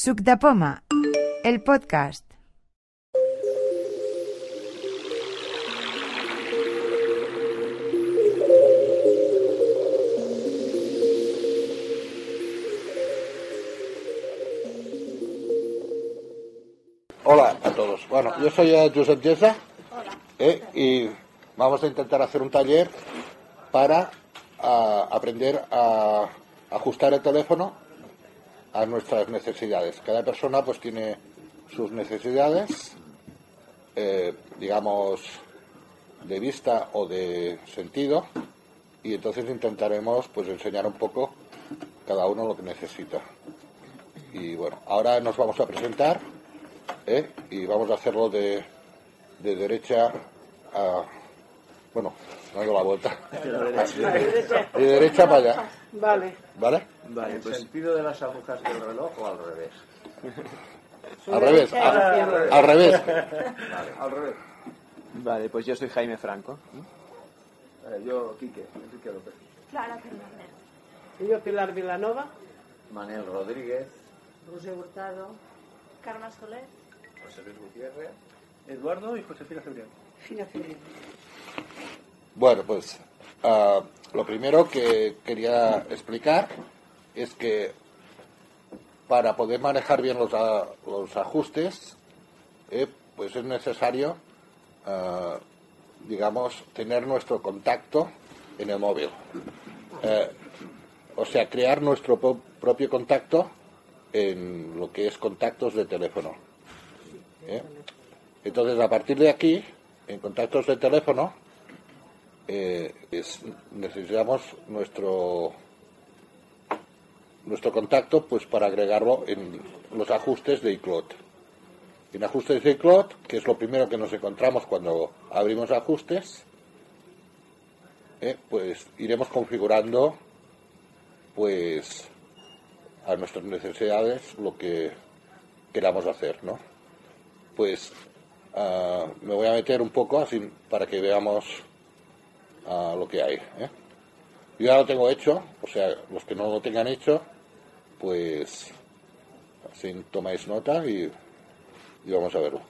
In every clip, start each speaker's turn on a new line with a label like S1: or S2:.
S1: Suc de Poma, el podcast.
S2: Hola a todos. Bueno, yo soy eh, Josep Yesa eh, y vamos a intentar hacer un taller para ah, aprender a ajustar el teléfono a nuestras necesidades. Cada persona pues tiene sus necesidades, eh, digamos, de vista o de sentido y entonces intentaremos pues enseñar un poco cada uno lo que necesita. Y bueno, ahora nos vamos a presentar ¿eh? y vamos a hacerlo de, de derecha a... Bueno, no digo la vuelta. De derecha para allá,
S3: Vale,
S2: ¿vale?
S4: Vale, pues... ¿El sentido de las agujas del reloj o al revés?
S2: Al revés, al, al revés.
S4: Al revés.
S5: Vale, pues yo soy Jaime Franco.
S4: Eh, yo, Quique, Enrique López.
S3: y yo Pilar Vilanova.
S4: Manel Rodríguez.
S3: José Hurtado.
S6: Carme Soler.
S4: José Luis Gutiérrez.
S7: Eduardo y Josefina Cebrián.
S2: Bueno, pues ah, lo primero que quería explicar es que para poder manejar bien los, a- los ajustes, eh, pues es necesario, ah, digamos, tener nuestro contacto en el móvil. Eh, o sea, crear nuestro po- propio contacto en lo que es contactos de teléfono. ¿eh? Entonces, a partir de aquí, en contactos de teléfono, eh, es- necesitamos nuestro nuestro contacto pues para agregarlo en los ajustes de iCloud. En ajustes de iCloud, que es lo primero que nos encontramos cuando abrimos ajustes, eh, pues iremos configurando pues a nuestras necesidades lo que queramos hacer, ¿no? Pues ah, me voy a meter un poco así para que veamos a lo que hay. ¿eh? Yo ya lo tengo hecho, o sea, los que no lo tengan hecho, pues así tomáis nota y, y vamos a verlo.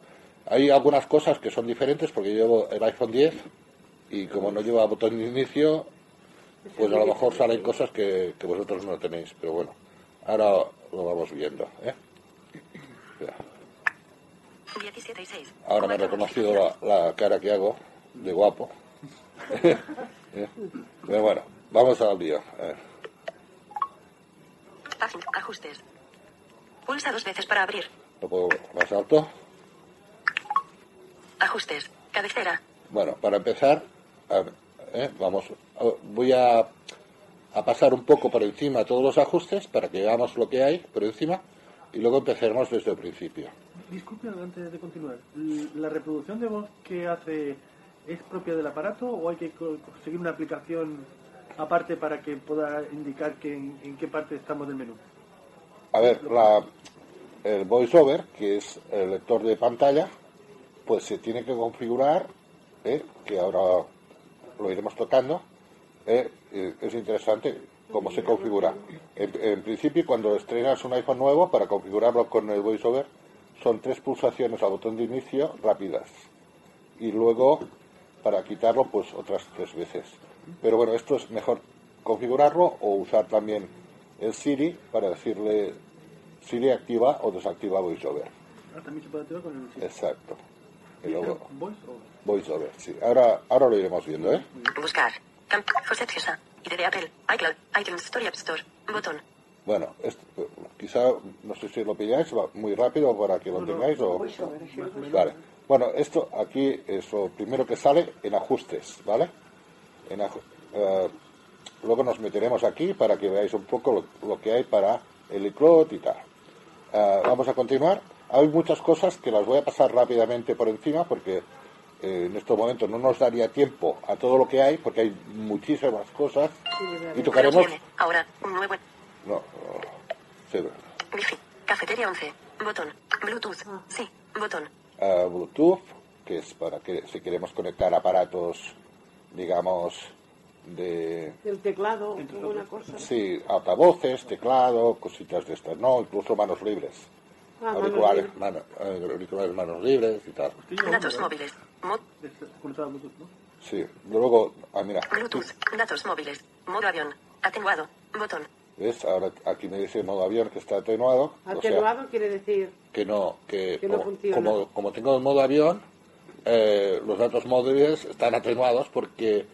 S2: Hay algunas cosas que son diferentes porque yo llevo el iPhone 10 y como no lleva botón de inicio, pues a lo mejor salen cosas que, que vosotros no tenéis, pero bueno, ahora lo vamos viendo. ¿eh? Espera.
S6: 17 y 6.
S2: Ahora me ha reconocido la, la cara que hago de guapo. ¿Eh? Pero bueno, vamos al lío. A ver.
S6: Página. Ajustes. Pulsa dos veces para abrir.
S2: Lo puedo más alto.
S6: Ajustes. Cabecera.
S2: Bueno, para empezar, a ver, ¿eh? vamos, a- voy a, a pasar un poco por encima todos los ajustes para que veamos lo que hay por encima y luego empezaremos desde el principio.
S7: Disculpen antes de continuar. L- ¿La reproducción de voz que hace es propia del aparato o hay que co- conseguir una aplicación aparte para que pueda indicar que en, en qué parte estamos del menú?
S2: A ver, la, el voiceover, que es el lector de pantalla, pues se tiene que configurar, ¿eh? que ahora lo iremos tocando. ¿eh? Eh, Es interesante cómo se configura. En, en principio, cuando estrenas un iPhone nuevo, para configurarlo con el voiceover, son tres pulsaciones al botón de inicio rápidas. Y luego, para quitarlo, pues otras tres veces. Pero bueno, esto es mejor configurarlo o usar también el Siri para decirle Siri activa o desactiva VoiceOver.
S7: Ah, también se puede activar con el sí.
S2: Exacto. Y
S7: Pero,
S2: luego
S7: voice o-
S2: VoiceOver, sí. Ahora, ahora lo iremos viendo, ¿eh?
S6: Buscar. Camp. José César. ID de Apple. iCloud. iTunes Store y App Store. Botón.
S2: Bueno, esto, eh, quizá, no sé si lo pilláis va muy rápido para que lo tengáis o... Vale. Bueno, esto aquí es lo primero que sale en ajustes, ¿vale? En aju- eh, luego nos meteremos aquí para que veáis un poco lo, lo que hay para el iCloud y tal. Eh, vamos a continuar. Hay muchas cosas que las voy a pasar rápidamente por encima porque eh, en estos momentos no nos daría tiempo a todo lo que hay porque hay muchísimas cosas y tocaremos...
S6: HTML. Ahora. Un nuevo.
S2: No, oh, no, sí,
S6: Wi-Fi. Cafetería 11. Botón. Bluetooth.
S3: Ah.
S6: Sí. Botón.
S2: eh, Bluetooth, que es para que si queremos conectar aparatos, digamos, de
S3: Del teclado, alguna cosa.
S2: sí, altavoces, teclado, cositas de estas, no, incluso manos libres,
S3: Ah, manos
S2: auriculares,
S3: libres.
S2: mano- eh, auriculares manos libres y tal.
S7: Sí, yo,
S6: Pues Datos
S7: eh,
S6: móviles. Mod.
S7: es conectado a Bluetooth, ¿no?
S2: Sí, luego, ah, mira,
S6: Bluetooth. Datos móviles. Modo avión. Atenuado. Botón.
S2: ¿ves? Ahora aquí me dice modo avión que está atenuado, o sea,
S3: Atenuado quiere decir.
S2: que no, que,
S3: Que no
S2: como,
S3: funciona.
S2: como, como tengo el modo avión, eh, los datos móviles están atenuados porque,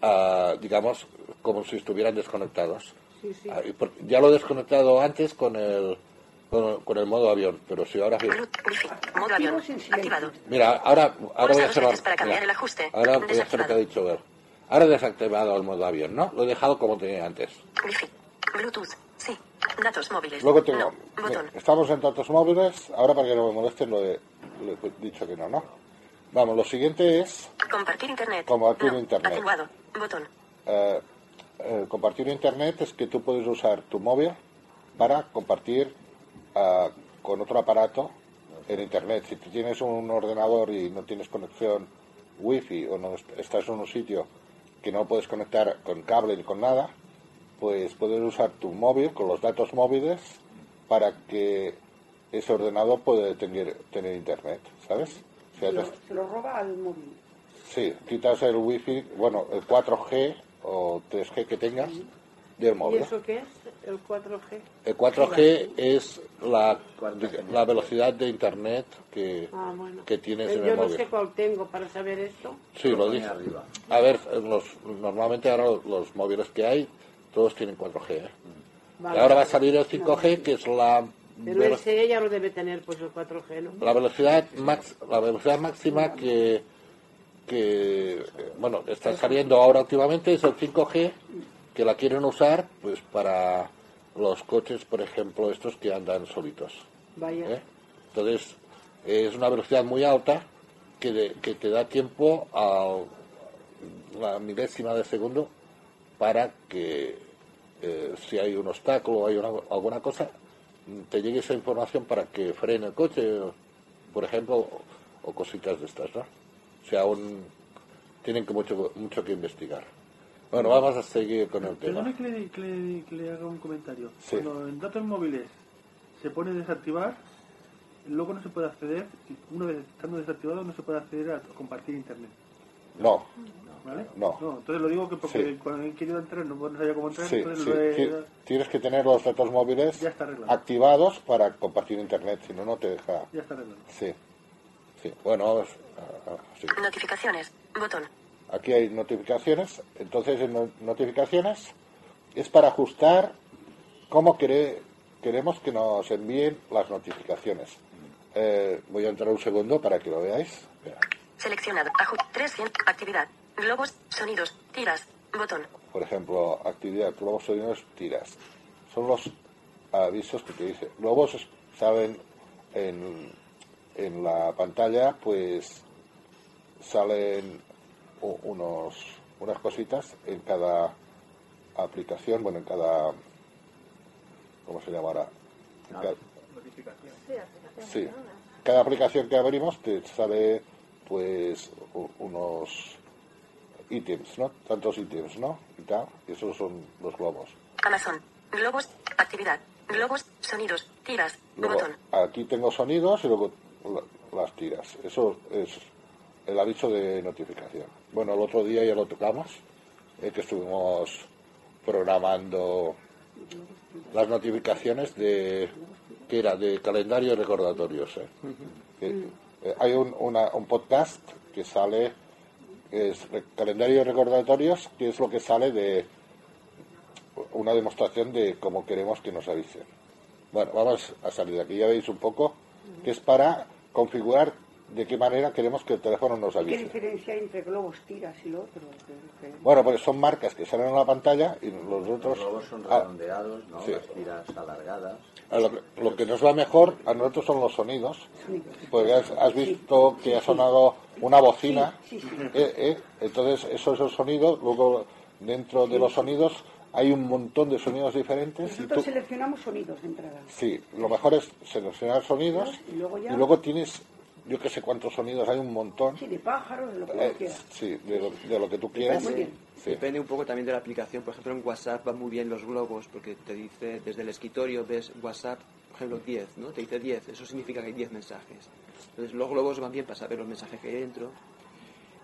S2: ah, digamos, como si estuvieran desconectados.
S3: Sí, sí.
S2: Ah, y por- ya lo he desconectado antes con el, con, con el modo avión, pero si ahora...
S6: Bluetooth. Wi-Fi. Modo avión. Activado.
S2: Mira, ahora, ahora voy a
S6: Pulsa dos
S2: cerrar.
S6: veces para cambiar
S2: mira,
S6: el ajuste.
S2: Ahora voy a hacer lo que ha
S6: Desactivado.
S2: dicho ver. Ahora he desactivado el modo avión, ¿no? Lo he dejado como tenía antes.
S6: Wi-Fi. Bluetooth. Sí. Datos móviles.
S2: Luego tengo.
S6: No.
S2: mira,
S6: Ah, Botón.
S2: estamos en datos móviles. Ahora, para que no me molesten, lo he, lo he dicho que no, ¿no? Vamos, lo siguiente es
S6: Compartir internet.
S2: Compartir
S6: No.
S2: internet.
S6: Atenuado. Botón.
S2: eh, eh, compartir internet. Es que tú puedes usar tu móvil para compartir ah, con otro aparato en internet. Si tú tienes un ordenador y no tienes conexión wifi o no est- estás en un sitio que no puedes conectar con cable ni con nada, pues puedes usar tu móvil con los datos móviles para que ese ordenador pueda tener, tener internet, ¿sabes? O sea,
S3: Se lo,
S2: das-
S3: se lo roba al móvil.
S2: Sí, quitas el wifi, bueno, el 4G o 3G que tengas del
S3: ¿Y
S2: móvil.
S3: eso qué es? El 4G.
S2: El 4G es la,
S4: Cuarta
S2: la velocidad de internet que,
S3: Ah, bueno.
S2: que tienes
S3: Eh,
S2: en
S3: yo
S2: el
S3: no
S2: móvil.
S3: sé cuál tengo para saber esto.
S2: Sí,
S4: Lo
S2: lo
S4: pone
S2: dice.
S4: arriba.
S2: A ver, los- normalmente ahora los, los móviles que hay, todos tienen 4G. ¿eh?
S3: Vale.
S2: Ahora va a salir el 5G, que es la,
S3: Pero
S2: velo-
S3: ese E ya lo debe tener, pues el 4G, ¿no?
S2: la velocidad max, la velocidad máxima que, que eh, bueno está saliendo ahora últimamente es el 5G que la quieren usar pues para los coches por ejemplo estos que andan solitos
S3: Vaya.
S2: ¿eh? entonces es una velocidad muy alta que, de- que te da tiempo a la milésima de segundo para que eh, si hay un obstáculo o hay una- alguna cosa mm, te llegue esa información para que frene el coche por ejemplo o, o cositas de estas ¿no? o sea aún tienen que mucho mucho que investigar bueno vamos a seguir con el tema
S7: Perdone que le, que le- que le haga un comentario.
S2: Sí.
S7: Cuando en datos móviles se pone desactivar, luego no se puede acceder, una vez estando desactivado no se puede acceder a compartir internet.
S2: no
S7: ¿Vale?
S2: No.
S7: entonces lo digo que porque
S2: Sí.
S7: cuando he querido entrar no, no sabía cómo entrar,
S2: Sí,
S7: entonces pues,
S2: sí.
S7: lo he-
S2: Ti- Tienes que tener los datos móviles
S7: Ya está arreglado.
S2: activados para compartir internet, si no, no te deja.
S7: ya está arreglado.
S2: Sí. Sí. Bueno, vamos. a- a- sí.
S6: Notificaciones. Botón.
S2: Aquí hay notificaciones. Entonces, en no- notificaciones es para ajustar cómo quere- queremos que nos envíen las notificaciones. Eh, voy a entrar un segundo para que lo veáis. Mira,
S6: Seleccionado. Aju 300. Actividad. Globos. Sonidos. Tiras. Botón.
S2: por ejemplo, actividad, globos sonidos, tiras. Son los avisos que te dice. Globos saben en, en la pantalla, pues salen u- unos unas cositas en cada aplicación, bueno, en cada ¿cómo se llamará? En cada, sí, cada aplicación que abrimos te sale pues u- unos ítems, ¿no? Tantos ítems, ¿no? Y tal, esos son los globos.
S6: Amazon. Globos. Actividad. Globos. Sonidos. Tiras.
S2: Luego,
S6: Botón.
S2: aquí tengo sonidos y luego la- las tiras. Eso es el aviso de notificación. Bueno, el otro día ya lo tocamos, eh, que estuvimos programando las notificaciones de que era de calendario y recordatorios. eh. Eh, eh, hay un, una- un podcast que sale que es re- calendario y recordatorios, que es lo que sale de una demostración de cómo queremos que nos avisen. Bueno, vamos a salir de aquí. Ya veis un poco que es para configurar de qué manera queremos que el teléfono nos
S8: ¿Qué
S2: avise.
S8: diferencia hay entre globos tiras y lo otro? Que- que-
S2: Bueno, pues son marcas que salen en la pantalla y los otros...
S4: Los globos son
S2: Ah,
S4: redondeados, ¿no?
S2: sí.
S4: Las tiras alargadas.
S2: a lo, que- lo que nos va mejor a nosotros son los sonidos. Porque has, has visto que ha sonado una bocina.
S8: Sí, sí, sí.
S2: Eh, eh, entonces, eso es el sonido. Luego, dentro de los sonidos, hay un montón de sonidos diferentes. y
S8: Nosotros
S2: tú-
S8: seleccionamos sonidos de entrada.
S2: Sí, lo mejor es seleccionar sonidos
S8: Y luego ya-
S2: y luego tienes, yo que sé cuántos sonidos, hay un montón.
S8: Sí, de pájaros, de lo que
S2: Eh,
S8: uno quiera.
S2: sí, de lo, de lo que tú quieras.
S8: Muy bien.
S2: Sí.
S5: Depende un poco también de la aplicación. Por ejemplo, en WhatsApp van muy bien los globos porque te dice desde el escritorio, ves WhatsApp, por ejemplo, 10, ¿no? Te dice 10, eso significa que hay 10 mensajes. Entonces, los globos van bien para saber los mensajes que hay dentro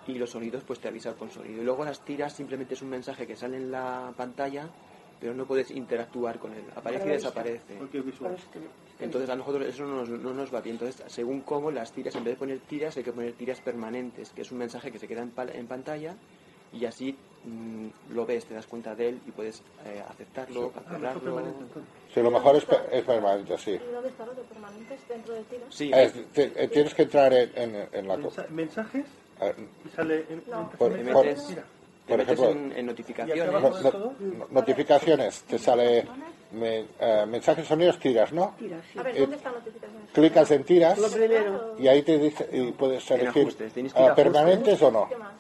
S5: y los sonidos, pues te avisa con sonido. Y luego las tiras simplemente es un mensaje que sale en la pantalla, pero no puedes interactuar con él. Aparece y desaparece.
S7: Porque es
S8: Pero
S7: visual.
S8: es que-
S5: Entonces a nosotros eso no nos, no nos va bien. Entonces, según cómo las tiras, en vez de poner tiras, hay que poner tiras permanentes, que es un mensaje que se queda en, pal- en pantalla y así mm, lo ves, te das cuenta de él y puedes eh, aceptarlo,
S7: Ah, mejor
S5: cancelarlo.
S7: permanente, entonces.
S2: Sí, lo mejor es, per- es permanente, sí.
S9: ¿Y dónde están los de permanentes dentro de tiras?
S5: Sí,
S2: Es- te- eh, tienes que entrar en, en- en la...
S7: Mensa- mensajes
S2: eh,
S7: y sale en,
S9: No.
S7: mensajes,
S2: Por-
S7: mensajes,
S5: por-
S7: mira.
S5: te
S2: por
S5: metes
S2: ejemplo-
S5: en, en
S7: Y
S5: notificaciones.
S2: no-
S7: acabamos-
S2: no- no- notificaciones, te sale me- eh, mensajes, sonidos, tiras, ¿no?
S8: Tira, sí.
S9: A ver,
S2: Eh,
S9: ¿dónde están las notificaciones?
S2: Clicas en tiras
S3: Lo primero.
S2: y ahí te dice, y puedes
S5: En
S2: elegir
S5: ajustes, tienes que ir
S2: ah,
S5: a ajustes.
S2: permanentes o no.
S9: ¿Qué más?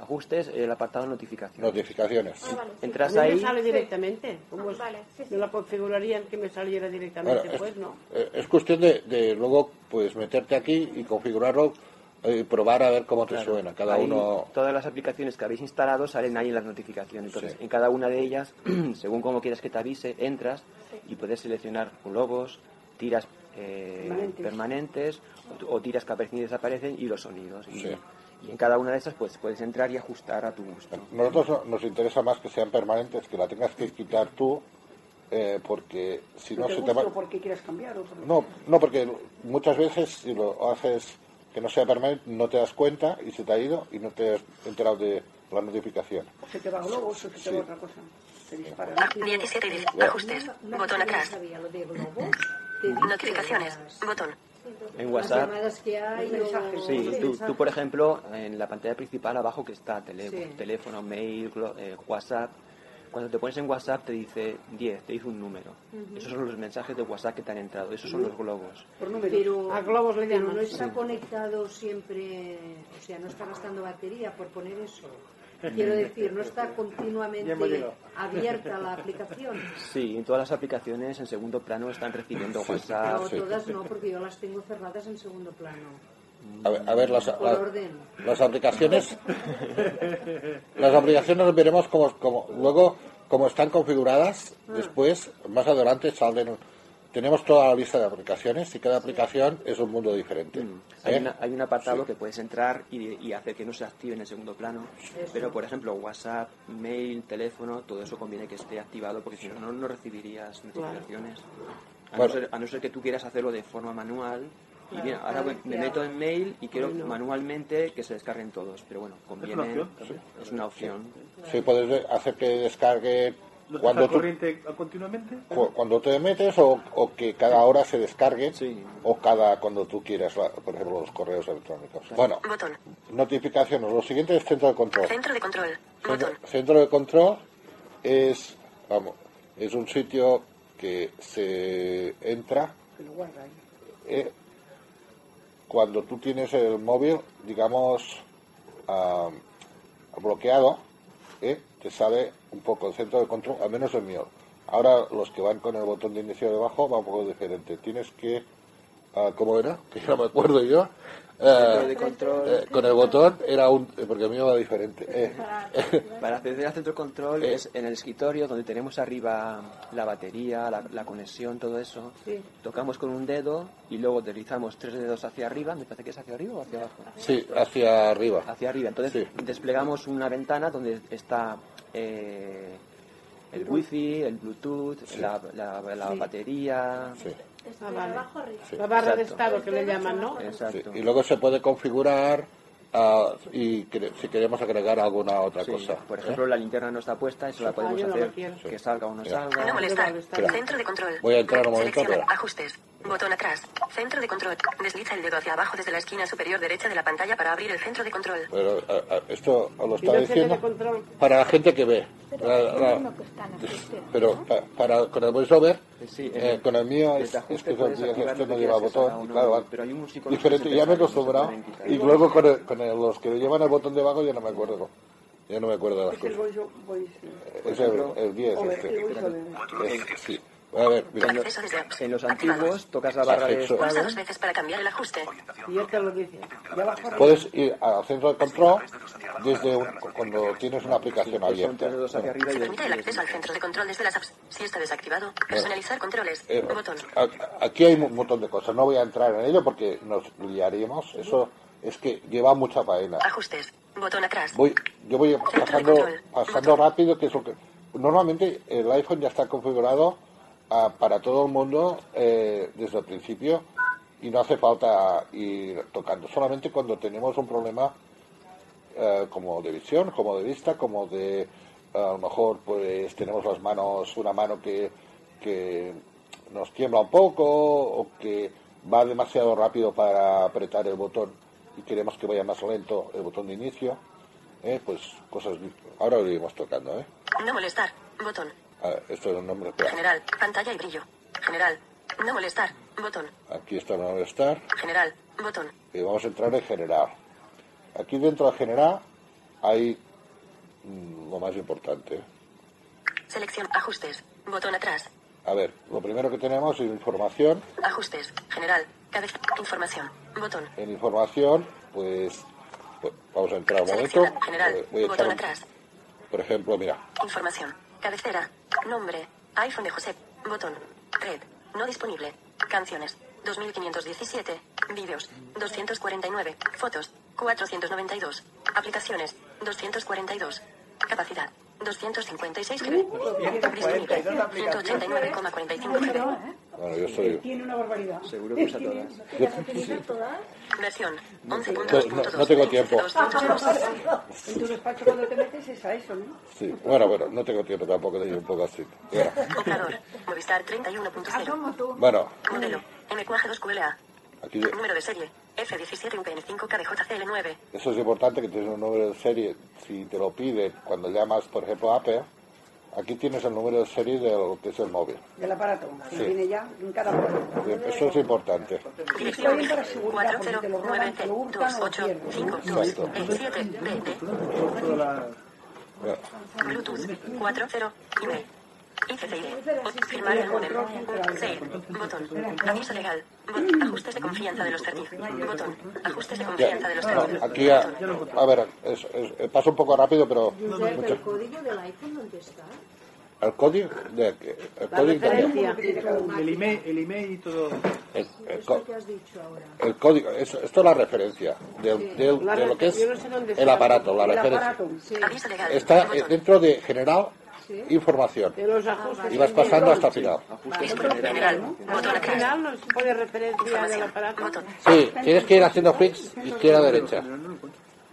S5: Ajustes, el apartado notificaciones.
S2: Notificaciones.
S9: Ah, vale. sí.
S5: Entras
S3: A mí
S5: ahí,
S3: me sale directamente. Como
S9: Ah,
S3: es-
S9: vale, sí, sí.
S3: Yo la configuraría en que me saliera directamente,
S2: Ahora, es-
S3: pues, ¿no?
S2: eh, Es cuestión de, de luego pues meterte aquí y configurarlo eh, y probar a ver cómo te
S5: Claro.
S2: suena. Cada
S5: Ahí
S2: uno
S5: Todas las aplicaciones que habéis instalado salen ahí en las notificaciones. Entonces,
S2: Sí.
S5: en cada una de ellas, según como quieras que te avise, entras
S9: Sí.
S5: y puedes seleccionar globos, tiras eh,
S8: Permanentes.
S5: permanentes o, o tiras que aparecen y desaparecen y los sonidos. Y,
S2: Sí.
S5: y en cada una de esas pues, puedes entrar y ajustar a tu gusto.
S2: Nosotros no- nos interesa más que sean permanentes, que la tengas que quitar tú, eh, porque si no,
S8: No te
S2: se te va...
S8: gusta o porque quieras cambiar o por-
S2: No, no, porque muchas veces si lo haces que no sea permanente, no te das cuenta y se te ha ido y no te has enterado de la notificación.
S8: o se te va globos o se te
S2: Sí.
S8: va otra cosa. Te dispara.
S6: Ah,
S8: Sí,
S6: 17 y
S2: Ya.
S6: Ajustes. Botón atrás.
S10: sabía lo de globos.
S6: Notificaciones. Botón.
S5: En
S10: Las
S5: WhatsApp,
S10: llamadas que hay.
S8: Los mensajes.
S10: o-
S5: sí,
S8: Sí,
S5: tú, tú, por ejemplo, en la pantalla principal abajo que está tele-
S10: Sí.
S5: teléfono, mail, glo- eh, WhatsApp. Cuando te pones en WhatsApp te dice 10, te dice un número. Esos son los mensajes de WhatsApp que te han entrado, esos son los globos.
S8: Por números.
S10: Pero,
S3: A globos le
S10: pero
S3: llaman.
S10: no está conectado siempre, o sea, no está gastando batería por poner eso. Quiero decir, no está
S7: Ya hemos
S10: continuamente
S7: llegado.
S10: abierta la aplicación.
S5: Sí, en todas las aplicaciones en segundo plano están recibiendo WhatsApp.
S10: Pero todas no, porque yo las tengo cerradas en segundo plano.
S2: A ver, a ver, las,
S10: Por
S2: la-
S10: orden.
S2: las aplicaciones, las aplicaciones veremos como, luego cómo están configuradas.
S10: Ah.
S2: Después, más adelante salen. Tenemos toda la lista de aplicaciones y cada aplicación es un mundo diferente.
S5: Hay,
S2: ¿Eh?
S5: una- hay un apartado que puedes entrar y, y hacer que no se active en el segundo plano, pero por ejemplo WhatsApp, mail, teléfono, todo eso conviene que esté activado porque si no, no, no recibirías notificaciones. A,
S2: Bueno.
S5: no ser, a no ser que tú quieras hacerlo de forma manual. Y mira, ahora me- me meto en mail y quiero manualmente que se descarguen todos, pero bueno, conviene,
S7: opción.
S5: es una opción.
S2: Sí, puedes hacer que descargue
S7: ¿No estás
S2: cuando
S7: al
S2: tú,
S7: corriente continuamente?
S2: cu- cuando te metes o, o que cada hora se descargue
S5: Sí.
S2: o cada cuando tú quieras, la- por ejemplo, los correos electrónicos. Bueno,
S6: Botón.
S2: notificaciones. Lo siguiente es centro de control.
S6: Centro de control.
S2: Centro,
S6: Botón.
S2: centro de control es, vamos, es un sitio que se entra
S8: Que lo guarda ahí.
S2: eh, cuando tú tienes el móvil, digamos, ah, bloqueado, eh, te sale un poco el centro de control, al menos el mío. Ahora los que van con el botón de inicio debajo va un poco diferente. Tienes que, ah, ¿cómo era? Que ya no me acuerdo yo.
S5: Centro
S2: Eh,
S5: de control,
S2: eh, con el botón era un, porque el mío va diferente. eh.
S5: Ah. Para acceder al centro de control
S2: Eh.
S5: es en el escritorio donde tenemos arriba la batería, la, la conexión, todo eso. Tocamos con un dedo y luego deslizamos tres dedos hacia arriba. Me parece que es hacia arriba o hacia abajo.
S2: Sí, hacia arriba.
S5: Hacia arriba. Entonces
S2: Sí.
S5: desplegamos una ventana donde está eh, el wifi, el bluetooth, la, la- la batería.
S2: Sí,
S9: Estoy
S3: Ah, vale.
S9: Este abajo arriba. Este
S2: sí.
S3: La barra de
S5: Exacto.
S3: estado que le llaman, ¿no?
S5: Exacto.
S2: Sí, Y luego se puede configurar ah, y cre- si queremos agregar alguna otra
S5: Sí,
S2: cosa.
S5: Por
S2: ¿eh?
S5: ejemplo, la linterna no está puesta, eso la podemos
S3: Ah, yo no la
S5: hacer
S3: quiero.
S5: que salga o no
S2: Sí.
S6: Ah, No
S5: salga.
S6: molestar.
S3: Espera.
S6: Centro de control.
S2: Voy a entrar un momento,
S6: Selecciona
S2: pero-
S6: ajustes. Botón atrás. Centro de control. Desliza el dedo hacia abajo desde la esquina superior derecha de la pantalla para abrir el centro de control.
S2: Pero, ah, ah, esto lo
S3: Y no
S2: está
S3: el centro de
S2: diciendo
S3: control.
S2: para la gente que ve.
S9: Pero
S2: La-
S9: es
S2: la-
S9: uno que están aquí, espera,
S2: pero
S9: ¿no?
S2: pa- para, con el voiceover,
S5: Sí,
S2: eh,
S5: eh,
S2: con el mío
S5: desde
S2: es, es
S5: ajuste
S2: que
S5: puedes
S2: son-
S5: activar
S2: esto
S5: lo
S2: no
S5: que
S2: lleva
S5: quieras que salga
S2: botón,
S5: o
S2: y
S5: no,
S2: claro, va
S5: pero hay un icono
S2: diferente,
S5: que
S2: ya me he
S5: se pueden
S2: acostumbrado.
S5: quitar.
S2: Y luego con, el- con el- los que llevan el botón debajo ya no me acuerdo. Ya no me acuerdo de las
S8: Es el
S2: cosas.
S8: voice, voice,
S2: Es el, el 10.
S8: over,
S2: este.
S8: el voice over.
S2: Eh, sí. A ver, mira,
S5: En los,
S6: Acceso desde apps.
S5: en los
S6: Activados.
S5: antiguos tocas la barra de
S2: Acceso.
S6: Pulsa
S5: estado.
S6: dos veces para cambiar el ajuste.
S3: Y ya te lo dice.
S8: Ya bajo
S2: puedes ir al centro de control desde un- cuando tienes una aplicación
S5: Pues son
S2: abierta. Eh,
S5: tres dedos hacia arriba
S6: Se
S5: y
S6: permite el acceso al
S5: el-
S6: centro de control desde las apps. Si está desactivado, personalizar controles.
S2: Eh,
S6: Botón.
S2: a- Aquí hay un montón de cosas, no voy a entrar en ello porque nos liaríamos. Eso es que lleva mucha faena.
S6: Ajustes. Botón atrás.
S2: Ah. Voy, yo voy pasando, pasando rápido, que es lo que... Normalmente el iPhone ya está configurado ah, para todo el mundo eh, desde el principio y no hace falta ir tocando. Solamente cuando tenemos un problema eh, como de visión, como de vista, como de a lo mejor pues tenemos las manos, una mano que, que nos tiembla un poco o que va demasiado rápido para apretar el botón y queremos que vaya más lento el botón de inicio, eh, pues cosas ahora lo iremos tocando, eh.
S6: No molestar. Botón.
S2: A ver, esto es un nombre espera,
S6: General. Pantalla y brillo. General. No molestar. Botón.
S2: aquí está el nombre estar
S6: General. Botón.
S2: y vamos a entrar en general. Aquí dentro de general hay mm, lo más importante.
S6: Selección. Ajustes. Botón atrás.
S2: A ver, lo primero que tenemos es información
S6: Ajustes. General. Cabeza. Información. Botón.
S2: en información, pues, pues, vamos a entrar un momento. Eh,
S6: Selección. General.
S2: Voy a echar
S6: Botón
S2: un-
S6: atrás.
S2: por ejemplo, mira,
S6: Información. Cabecera. Nombre. iPhone de José. Botón. Red. No disponible. Canciones. 2517. Vídeos. 249. Fotos. 492. Aplicaciones. 242. Capacidad. 256 GB. Disponible. 189,45 GB.
S2: bueno, yo soy.
S8: Tiene una barbaridad.
S5: Seguro que usa todas.
S9: ¿Las utilizas todas?
S6: Versión.
S2: No- no tengo tiempo.
S6: 11.2.2.
S8: En tu despacho cuando te metes es a eso, ¿no?
S2: Sí, bueno, bueno, no tengo tiempo tampoco de ir un poco así. Bueno,
S6: Operador. Movistar
S9: Ah,
S6: 31.0.
S9: como tú.
S2: bueno,
S6: Modelo. MQAG 2QLA.
S2: aquí yo-
S6: Número de serie. F17UPN5KBJCL9.
S2: eso es importante que tienes un número de serie. Si te lo pide cuando llamas, por ejemplo, a Apple, aquí tienes el número de serie de lo que es el móvil.
S8: Del aparato. Que
S2: Sí.
S8: viene ya en cada puerta.
S2: Bien, Eso es importante.
S6: Dirección
S8: bien para seguridad, porque te lo roban, te lo hurtan o lo pierden.
S6: E 409228527 BD
S7: Toda la-
S2: Bueno,
S6: Bluetooth 40 email ICCID O- firmar el modem save botón aviso legal Bot- ajustes de confianza de los certif botón ajustes de
S2: ya.
S6: confianza Ah, de los
S2: No,
S6: certif
S2: aquí, a, a ver, es- es- eh, paso un poco rápido, pero
S10: Josep, ¿el código del iPhone dónde está?
S2: el código, de, el
S3: La
S2: código italiano.
S3: referencia.
S7: El email, el email y todo.
S2: El- el co-
S10: Esto que has dicho ahora.
S2: El código, es- esto es la referencia del- del-
S3: La
S2: de lo que es
S3: refer- yo no sé dónde
S2: el
S3: está.
S2: aparato, la
S8: El
S2: referencia.
S8: aparato.
S6: aviso legal
S2: Está eh,
S6: botón.
S2: dentro de general
S10: Sí.
S2: información
S3: De los ajustes.
S2: y vas pasando hasta final.
S5: Ajustes
S6: Visual general botón
S3: Al
S6: atrás
S3: final no se pone referencia del
S6: información
S3: aparato.
S6: botón
S2: Sí, tienes que ir haciendo clics izquierda a derecha.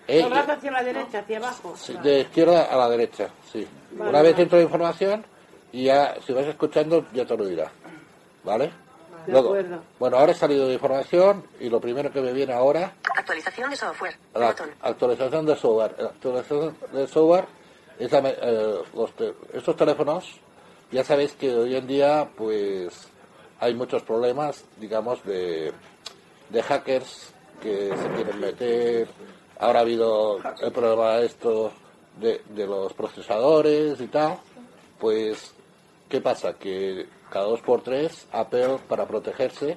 S2: Eh,
S3: Todo el rato hacia la derecha, hacia abajo.
S2: sí, de izquierda a la derecha, sí. Una vez dentro de información y ya si vas escuchando ya te lo dirá. ¿Vale?
S3: De
S2: Luego,
S3: acuerdo.
S2: bueno, ahora he salido de información y lo primero que me viene ahora
S6: actualización de software
S2: La
S6: botón
S2: actualización de software. La actualización de software es la me- eh, los te- estos teléfonos, ya sabéis que hoy en día pues hay muchos problemas, digamos, de, de hackers que se quieren meter. Ahora ha habido el problema esto de, de los procesadores y tal. Pues, ¿qué pasa? Que cada dos por tres Apple, para protegerse,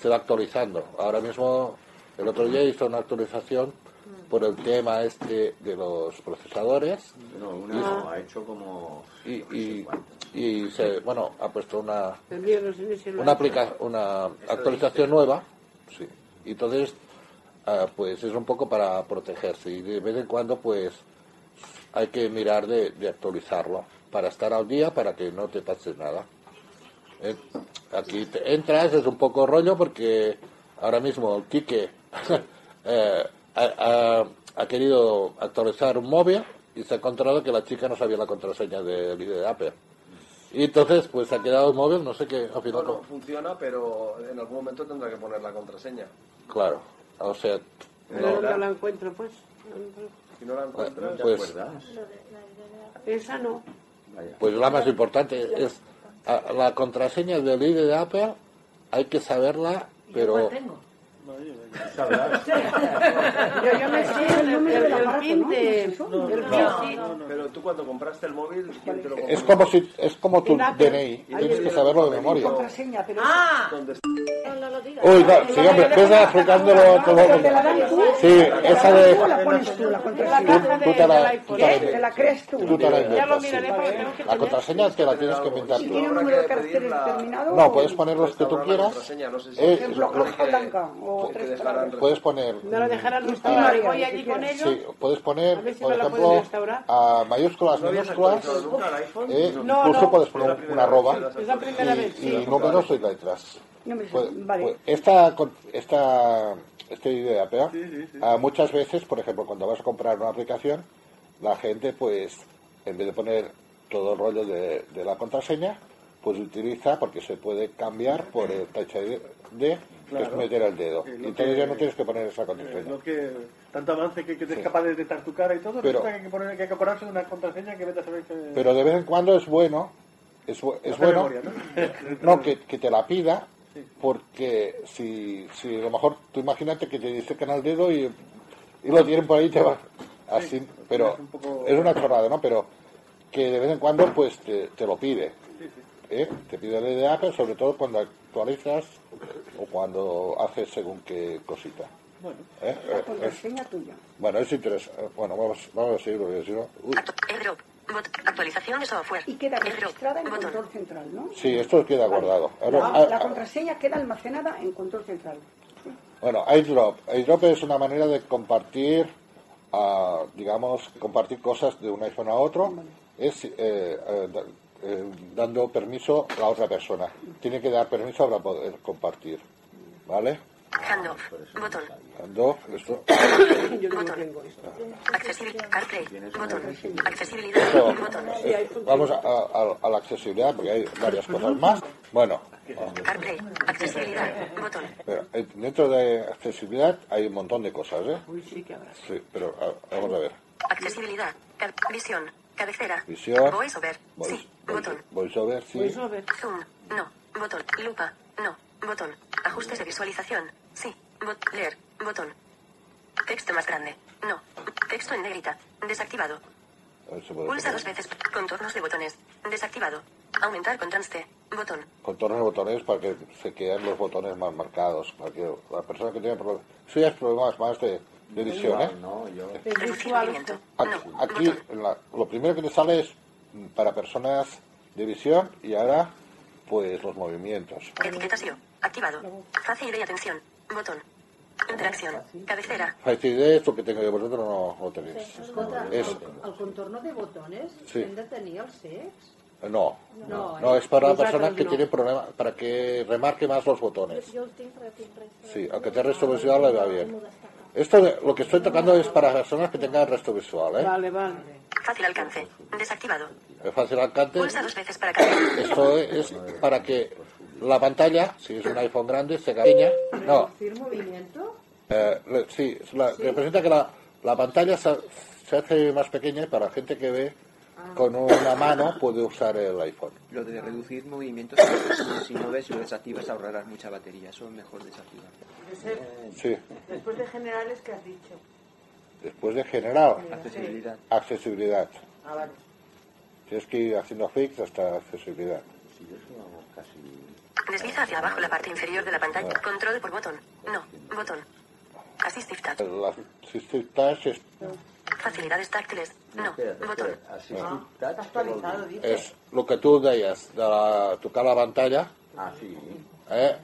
S2: se va actualizando. Ahora mismo, el otro día hizo una actualización
S5: Mm.
S2: por el tema este de los procesadores
S4: No, una no, ha hecho como...
S2: y,
S4: yo qué sé
S2: y,
S4: cuánto.
S2: y se, bueno, ha puesto una
S3: También los en ese
S2: una,
S3: lugar.
S2: aplica una actualización nueva, sí. Y entonces, ah, pues es un poco para protegerse. Y de vez en cuando, pues hay que mirar de, de actualizarlo para estar al día, para que no te pase nada. Eh, aquí te entras, es un poco rollo porque ahora mismo el Quique eh, ha, ha- ha querido actualizar un móvil y se ha encontrado que la chica no sabía la contraseña del ID de Apple. Y entonces, pues ha quedado el móvil, no sé qué, al final
S11: Bueno, funciona, pero en algún momento tendrá que poner la contraseña.
S2: Claro, o sea,
S11: Eh,
S3: Pero ¿Dónde la encuentro, pues?
S11: Si no la encuentras, ya
S2: pues,
S4: ¿Verdad?
S3: Esa no.
S4: Vaya.
S2: pues la más importante es a- la contraseña del ID de Apple, hay que saberla, pero
S10: ¿Cuál tengo?
S2: Sabrás.
S3: Yo, yo me sé el número del aparato,
S10: pin
S3: ¿no?
S10: de-
S3: ¿Es eso? Del
S11: No,
S3: pin,
S11: no,
S3: sí.
S11: no, no. Pero tú cuando compraste el móvil, ¿quién te lo compró?
S2: Es como, si, es como tu
S11: Mira,
S2: DNI,
S11: ahí
S2: tienes
S11: le
S2: que
S11: dio
S2: saberlo de
S11: el
S2: memoria.
S8: Contraseña, pero...
S11: ¿Dónde está?
S2: Uy, va, sí, hombre, ves explicándolo todo.
S8: Te la dan tú.
S2: Sí, esa de...
S8: Tú la pones tú, la contraseña.
S2: Tú, tú te la, tú te la
S8: ¿Qué? Te la crees tú.
S2: Tú te la
S8: Ya lo
S2: inventas,
S8: miraré
S2: sí.
S8: porque tengo que
S2: La contraseña te la tienes que inventar
S8: Pues Si
S2: tú.
S8: tiene un número de caracteres determinado...
S2: No, puedes poner los que tú quieras.
S8: Por
S2: Eh,
S8: ejemplo,
S2: lo- lo-
S8: hoja blanca o tres palabras.
S2: puedes poner...
S3: No lo dejarán
S2: Ah,
S3: restaurar. Voy allí con ellos.
S2: Sí, puedes
S3: A ver
S2: poner,
S3: si
S2: por
S3: me la pueden
S2: ejemplo,
S3: restaurar.
S2: a mayúsculas,
S11: ¿No habías
S2: minúsculas,
S11: actualizado nunca el iPhone?
S2: eh,
S11: No.
S3: No,
S2: incluso
S3: no.
S2: puedes poner una arroba
S3: Es la primera vez,
S2: y,
S3: sí.
S2: y números y letras.
S8: No me sé,
S2: Pues-
S8: Vale.
S2: pues esta, con- esta, este idea, ¿verdad? Ah, muchas veces, por ejemplo, cuando vas a comprar una aplicación, la gente, pues, en vez de poner todo el rollo de, de la contraseña, pues utiliza, porque se puede cambiar por el touch ID, que es
S7: Claro.
S2: pues, meter el dedo.
S7: Eh, lo
S2: Entonces ya
S7: que-
S2: no tienes que poner esa
S7: Eh,
S2: contraseña.
S7: lo que tanto avance que, que te es
S2: Sí.
S7: capaz de detectar tu cara y todo,
S2: Pero-
S7: resulta que hay que, poner, que hay que acordarse de una contraseña que vete a saber que...
S2: Pero de vez en cuando es bueno, es, bu- es
S7: Hacer
S2: bueno,
S7: memoria, ¿no?
S2: no, que, que te la pida, porque si, si a lo mejor tú imagínate que te disecan al dedo y, y lo tienen por ahí y te va así, pero
S7: es un poco-
S2: es una chorrada, ¿no? Pero que de vez en cuando pues te, te lo pide, ¿eh? Te pide el DDA, pero sobre todo cuando actualizas o cuando haces según qué cosita.
S7: Bueno.
S2: ¿eh?
S8: Pues La
S2: Eh, eh,
S8: contraseña tuya.
S2: Bueno, es interesante. Bueno, vamos, vamos a seguir porque si no... uy.
S6: Airdrop. Bot. Actualización de software.
S8: Y queda
S6: Airdrop.
S8: registrada en
S6: Botón.
S8: control central, ¿no?
S2: Sí, esto queda guardado. Ahora-
S8: La,
S2: ah,
S8: la
S2: ah,
S8: contraseña queda almacenada en control central.
S2: Bueno, airdrop. Airdrop es una manera de compartir, ah, digamos, compartir cosas de un iPhone a otro, es eh, eh, da- eh, dando permiso a la otra persona. Tiene que dar permiso para poder compartir, ¿vale?
S6: Handoff. Botón.
S2: Dando esto,
S6: Accesibilidad. CarPlay. Botón.
S2: esto,
S6: Accesibilidad. Botón.
S2: eh, vamos a, a- a la accesibilidad porque hay varias cosas más. Bueno,
S6: CarPlay. Accesibilidad. Botón.
S2: pero, eh, dentro de accesibilidad hay un montón de cosas, ¿eh?
S3: Uy, sí que habrá.
S2: Sí, pero a- vamos a ver.
S6: Accesibilidad. Ca- Visión. Cabecera.
S2: Visión.
S6: VoiceOver.
S2: Voice-
S6: Sí. Botón.
S2: VoiceOver, sí.
S6: Zoom. No. Botón. Lupa. No. Botón. Ajustes de visualización. Sí. Bot. Leer. Botón. Texto más grande. No. Texto en negrita. Desactivado.
S2: A ver si puede
S6: Pulsa
S2: poner.
S6: dos veces. Contornos de botones. Desactivado. Aumentar contraste. Botón.
S2: contornos de botones para que se queden los botones más marcados, para que la persona que tiene problemas, si es problemas más de, de visión, ¿eh?
S6: Reducir movimiento.
S2: Aquí, aquí en la- lo primero que te sale es mm, para personas de visión y ahora pues los movimientos.
S6: Etiquetación. Activado. Fácil y atención. Botón. Interacción. Cabecera.
S2: Fácil de esto que tengo yo, vosotros no lo tenéis.
S10: Escolta, el,
S2: Es,
S10: el contorno de botones
S2: Sí.
S10: hem de tenir els cecs?
S2: no,
S10: No,
S2: no,
S10: eh.
S2: es para
S10: Nosotros
S2: personas que
S10: no.
S2: tienen problemas, para que remarque más los botones.
S9: Jo el tinc, però tinc res.
S2: Sí, aunque te resto visual le va bien. Esto de- lo que estoy tocando es para personas que tengan resto visual, ¿eh?
S3: Vale, vale.
S6: Fácil alcance. Desactivado.
S2: Es fácil alcance.
S6: Pulsa dos veces para cambiar.
S2: Esto es para que la pantalla, si es un iPhone grande, se pequeña. No,
S10: Reducir movimiento?
S2: eh, re- sí, es la- representa que la, la pantalla se, se hace más pequeña y para gente que ve
S3: Ah.
S2: con una mano puede usar el iPhone.
S5: Lo de reducir movimientos, si no ves y lo desactivas, ahorrarás mucha batería. Eso es mejor desactivar.
S2: Sí,
S3: Después de generales, ¿qué has dicho?
S2: después de general,
S5: Accesibilidad.
S2: accesibilidad.
S3: Ah, vale.
S2: Tienes que ir haciendo clics hasta accesibilidad.
S6: Desliza hacia abajo la parte inferior de la pantalla. Control por botón. No. Botón. Assistive touch.
S2: El Assistive Touch es,
S6: Facilidades táctiles. No. Botón.
S3: Está actualizado, dice.
S2: es lo que tú deies de la- tocar la pantalla,
S4: Ah, sí.
S2: eh,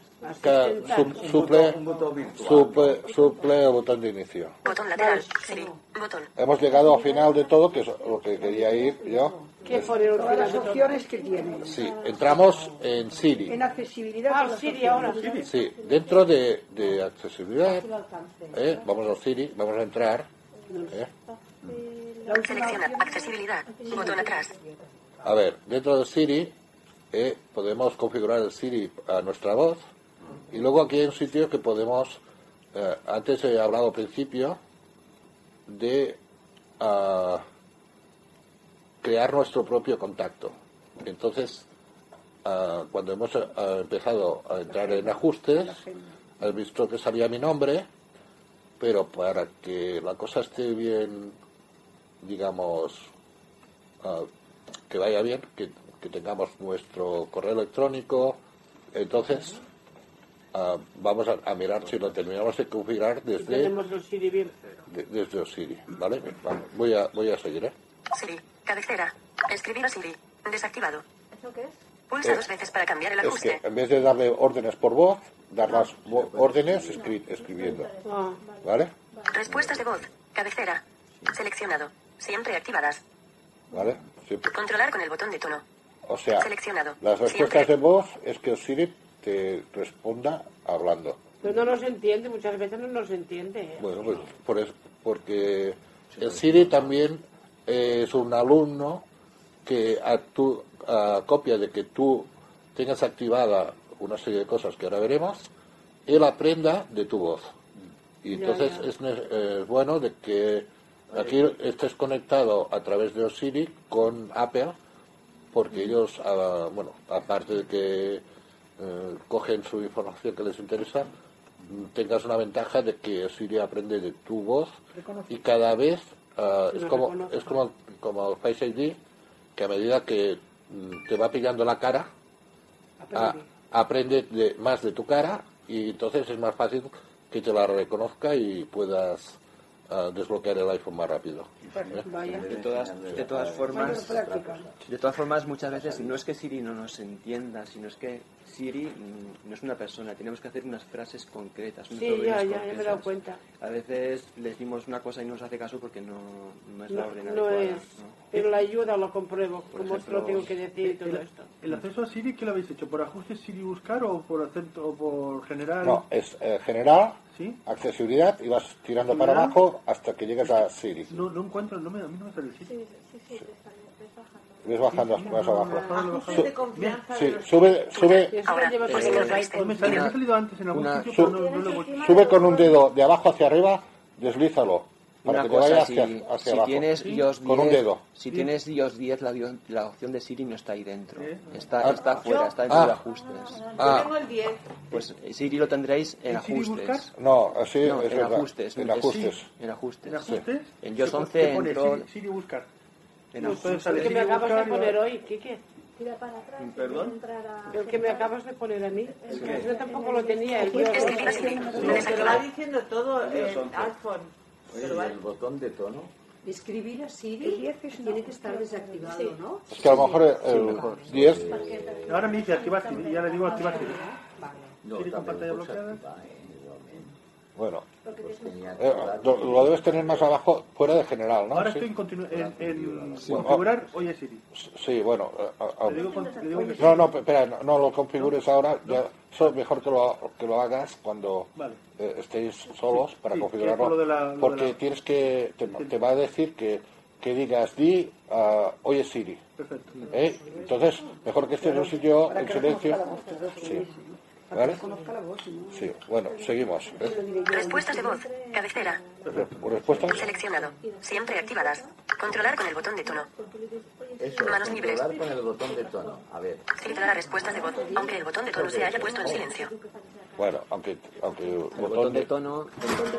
S2: que su-
S4: Un
S2: suple,
S4: botón- un botón virtual.
S2: suple, suple el botón de inicio.
S6: Botón lateral. Siri. Botón.
S2: Hemos llegado al final de todo, que es lo que quería ir yo.
S3: ¿Qué poner
S8: Todas las opciones que tiene.
S2: Sí, entramos en Siri.
S8: En accesibilidad.
S3: Ah,
S8: todas
S3: Siri,
S8: las
S3: ahora.
S8: opciones.
S2: Sí, dentro de, de accesibilidad,
S10: Fàcil alcance.
S2: ¿eh? vamos a Siri, vamos a entrar. ¿eh?
S6: Selecciona. Accesibilidad. Botón atrás.
S2: A ver, dentro de Siri ¿eh? podemos configurar el Siri a nuestra voz y luego aquí hay un sitio que podemos, eh, antes he hablado al principio, de ah, crear nuestro propio contacto. Entonces, ah, cuando hemos ah, empezado a entrar en ajustes, has visto que salía mi nombre, pero para que la cosa esté bien, digamos, ah, que vaya bien, que, que tengamos nuestro correo electrónico, entonces ah, vamos a, a mirar si lo terminamos de configurar desde,
S12: Tenemos los CD bien.
S2: de- desde Osiri, ¿vale? Vamos, voy, a, voy a seguir, ¿eh?
S6: Siri. Cabecera. Escribir a Siri. Desactivado.
S9: ¿Eso qué es?
S6: Pulsa
S2: Eh,
S6: dos veces para cambiar el
S2: Es
S6: ajuste.
S2: que en vez de darle órdenes por voz, dar las vo- órdenes escri- escribiendo,
S12: Ah,
S2: ¿vale?
S6: Respuestas de voz. Cabecera. Seleccionado. Siempre activadas.
S2: ¿Vale? Siempre.
S6: Controlar con el botón de tono.
S2: O sea,
S6: Seleccionado.
S2: las respuestas de voz es que Siri te responda hablando.
S12: pero no nos entiende, muchas veces no nos entiende. ¿eh?
S2: Bueno, pues por eso, porque el Siri también eh, es un alumno que a tu- a copia de que tú tengas activada una serie de cosas que ahora veremos, él aprenda de tu voz. Y
S12: Ya,
S2: entonces
S12: ya.
S2: Es, ne- eh, es bueno de que aquí estés conectado a través de Siri con Apple, porque
S12: Mm.
S2: ellos, ah, bueno, aparte de que eh, cogen su información que les interesa, mm, tengas una ventaja de que Siri aprende de tu voz
S8: Reconoce.
S2: y cada vez ah,
S8: Sí,
S2: es
S8: lo
S2: como
S8: reconozco.
S2: es como como el Face ID que a medida que mm, te va pillando la cara
S10: Ah,
S2: a- aprende de- más de tu cara y entonces es más fácil que te la reconozca y puedas ah, desbloquear el iPhone más rápido. ¿eh?
S3: Pues,
S5: De todas, de todas formas,
S8: Bueno, práctica.
S5: de todas formas, muchas veces no es que Siri no nos entienda, sino es que Siri mm, no es una persona. Tenemos que hacer unas frases concretas. unos
S12: Sí, ya,
S5: órdenes
S12: ya, ya me he dado
S5: concretas.
S12: cuenta.
S5: A veces le decimos una cosa y no nos hace caso porque no, no es la
S12: No,
S5: orden
S12: no
S5: adecuada,
S12: es.
S5: ¿no?
S12: Pero la ayuda lo compruebo, como os
S5: ejemplo,
S12: lo tengo que decir y todo
S7: el,
S12: esto.
S7: el acceso a Siri, ¿qué lo habéis hecho? ¿Por ajustes Siri buscar o por acento o por general?
S2: No, es eh, general,
S7: ¿Sí?
S2: accesibilidad y vas tirando para
S7: General.
S2: abajo hasta que llegas a Siri.
S7: No, no encuentro, no me, a mí no me sale el sitio.
S9: Sí, sí, sí, te está- te está bajando.
S2: Ves bajando más abajo.
S3: Ajustes de confianza.
S2: Sí,
S3: de los-
S2: sube,
S12: Y
S2: sube,
S12: eso lo lleva
S6: es
S12: con
S6: que
S12: los
S6: lo
S7: No me
S12: iPhones.
S7: sale, me
S5: Una-
S7: ha salido antes en algún
S5: eh, este una-
S7: sitio,
S2: su-
S7: pero no, no lo he vuelto.
S2: sube con un dedo de abajo hacia arriba, deslízalo para
S5: Una
S2: que te
S5: cosa,
S2: vaya
S5: si,
S2: hacia, hacia
S5: si
S2: abajo.
S5: tienes iOS 10,
S2: Con un dedo.
S5: si
S7: Sí.
S5: tienes iOS 10, la, dio- la opción de Siri no está ahí dentro.
S7: Sí.
S5: Está,
S2: Ah.
S5: está fuera, está dentro
S2: Ah.
S5: de ajustes.
S3: Yo
S2: Ah.
S3: tengo el 10.
S5: Pues eh, Siri lo tendréis en
S7: ¿En Siri buscar?
S5: ajustes.
S2: No, así
S5: No,
S2: es
S5: en
S2: verdad.
S5: ajustes.
S2: En
S5: no, es-
S2: ajustes.
S5: En ajustes.
S7: ¿En ajustes? pues
S5: En iOS
S7: Te
S5: 11
S7: pone
S5: entró-
S7: Siri, Siri buscar.
S5: En
S7: No,
S5: ajustes.
S7: sale
S12: Pues que me
S7: Siri
S12: acabas de
S7: buscar y va-
S12: poner hoy, Quique.
S9: Tira para atrás y
S11: ¿Perdón?
S9: entrar a...
S12: El que me acabas de poner a mí. Yo tampoco lo tenía. el
S9: Es
S12: iOS.
S9: que
S6: Escribir a Siri.
S3: Te lo va
S6: Desactivado.
S3: diciendo todo el iPhone.
S4: Oye, ¿y el botón de tono.
S10: Escribir a
S8: El
S10: Siri
S8: 10 es
S10: tiene
S8: no.
S10: que estar desactivado,
S9: Sí.
S10: ¿no?
S2: Es que a lo mejor eh, el,
S5: Sí, mejor.
S2: 10
S7: Ahora me dice activar Siri, ya le digo activar Siri.
S4: No,
S7: ¿Siri con pantalla
S4: lo puse
S7: bloqueada?
S4: activa, eh, igualmente.
S2: Bueno,
S4: Pues tenía
S2: eh,
S4: activado.
S2: lo, lo debes tener más abajo, fuera de general, ¿no?
S7: Ahora
S2: sí.
S7: estoy en, continu- en, en
S4: Bueno,
S7: configurar Oye Siri.
S2: ah, Sí, bueno. eh, a- a-
S7: Le digo, con- le digo que sí.
S2: No, no, pe- espera, no, no lo configures ahora. Ya, eso es mejor que lo, que lo hagas cuando
S7: Vale.
S2: eh, estéis solos para
S7: sí,
S2: configurarlo.
S7: que es lo de la- lo
S2: porque
S7: de la-
S2: tienes que. Te, te va a decir que, que digas di ah, oye Siri.
S7: Perfecto.
S2: ¿eh? Entonces, mejor que estés en un sitio en silencio. Sí,
S8: Para
S2: ¿vale?
S8: que conozca la voz, ¿no?
S2: Sí, bueno, seguimos.
S8: Lo
S2: ¿eh?
S8: diré yo.
S6: Respuestas de voz. Cabecera.
S2: ¿Respuestas?
S6: Seleccionado. Siempre activadas. Controlar con el botón de tono.
S4: Eso,
S6: Manos libres.
S4: controlar con el botón de tono. A ver,
S6: Filtrar a respuestas de voz, aunque el botón de tono se haya puesto en silencio.
S2: Bueno, aunque, aunque el
S5: El botón de tono,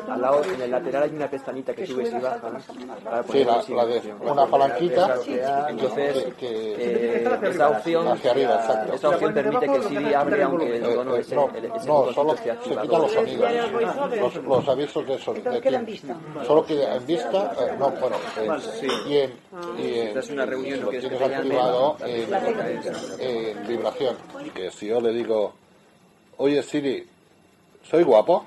S5: en- al lado, en el lateral hay una pestañita que subes y bajas. para
S2: Sí,
S5: ponerlo
S2: la,
S5: sin
S2: la de
S5: opción.
S2: una palanquita.
S5: Entonces,
S2: que- que-
S5: Eh,
S7: Hacia arriba.
S5: esa opción,
S2: Hacia arriba, exacto.
S5: esa opción permite que Siri abre aunque el
S2: Eh,
S5: tono
S2: eh,
S5: es
S2: no,
S5: el, el- ese
S2: no,
S5: botoncito
S2: solo
S5: esté
S2: se
S5: activado.
S2: quitan los sonidos,
S12: Era el voiceover.
S2: los, los avisos de sonido.
S8: Entonces queda en vista.
S2: Solo queda en vista, eh, no, bueno, eh, y en, y en-
S5: Estás en Ah. una reunión, no
S2: lo
S5: quieres que
S2: tienes
S5: te llamen,
S2: activado
S5: la
S2: en,
S5: aplicación.
S2: en vibración. Que si yo le digo, oye Siri, ¿soy guapo?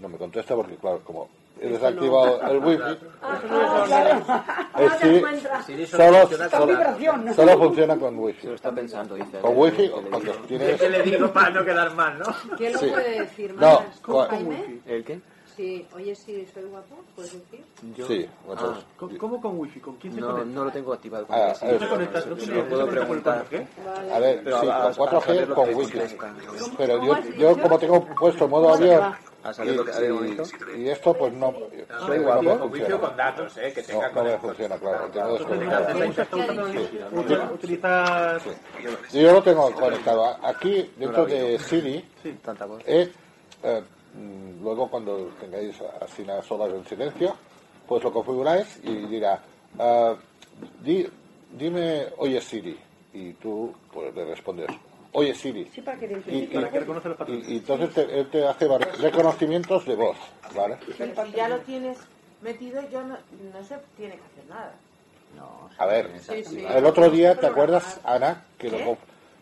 S2: No me contesta porque, claro, como he desactivado el wifi,
S9: Ahora te
S2: eh,
S9: encuentras.
S2: sí,
S5: Siri
S2: solo,
S8: Está
S5: funciona
S8: en
S5: con la-
S8: vibración.
S2: solo funciona con wifi.
S5: Se lo está pensando, dice.
S2: Con wifi
S5: ¿Qué
S2: o
S5: le
S2: cuando
S5: digo?
S2: tienes...
S11: le digo para no quedar mal, no?
S10: ¿Quién lo
S2: Sí.
S10: puede decir
S2: No,
S10: más?
S2: ¿cuál?
S10: Jaime?
S5: ¿El qué?
S10: Sí, oye, si soy guapo, puedes decir.
S5: Yo-
S2: Sí, bueno,
S5: Ah,
S7: ¿Con- ¿Cómo con wifi? ¿Con quién se
S5: no,
S7: conecta?
S5: no lo tengo activado. con
S2: Ah,
S5: el
S2: eso.
S5: Siri.
S7: ¿Se conecta? ¿No tiene-
S5: Lo puedo
S7: se conecta con el
S5: preguntar.
S7: 4G?
S2: A ver,
S5: Pero
S2: sí,
S5: a- a-
S2: con
S5: a saber
S2: 4G
S5: lo
S2: con
S5: que
S2: wifi.
S5: contesta.
S2: Pero yo, yo como tengo puesto modo avión
S5: Ah,
S2: Y,
S5: salió lo que salió, bonito.
S2: y- y esto pues no...
S13: Ah,
S2: no
S13: pero
S2: funciona.
S13: juicio- juicio con datos, ¿eh? Que tenga
S2: no, no me
S13: conectores.
S2: funciona, claro. tengo
S13: Entonces,
S2: desconectado.
S13: la gente está usando
S2: Sí.
S7: Util- Utilizar.
S2: Sí. Yo lo tengo conectado. A- Aquí, dentro de
S7: Maravilloso.
S2: Siri,
S7: Sí.
S5: Tanta voz.
S2: eh, eh, mm, luego cuando tengáis así unas horas en silencio, pues lo configuráis y dirá, ah, di- dime, oye Siri. Y tú pues, le respondes, oye Siri.
S8: Sí, para que le
S2: Y,
S8: identifique.
S2: y- y- y entonces te, él te hace varios reconocimientos de voz, ¿vale?
S3: Pero si ya lo tienes metido, yo no, no se tiene que hacer nada.
S2: A ver,
S3: Sí, sí.
S2: el otro día, ¿te acuerdas, Ana? Que lo
S6: ¿Qué?
S2: conf-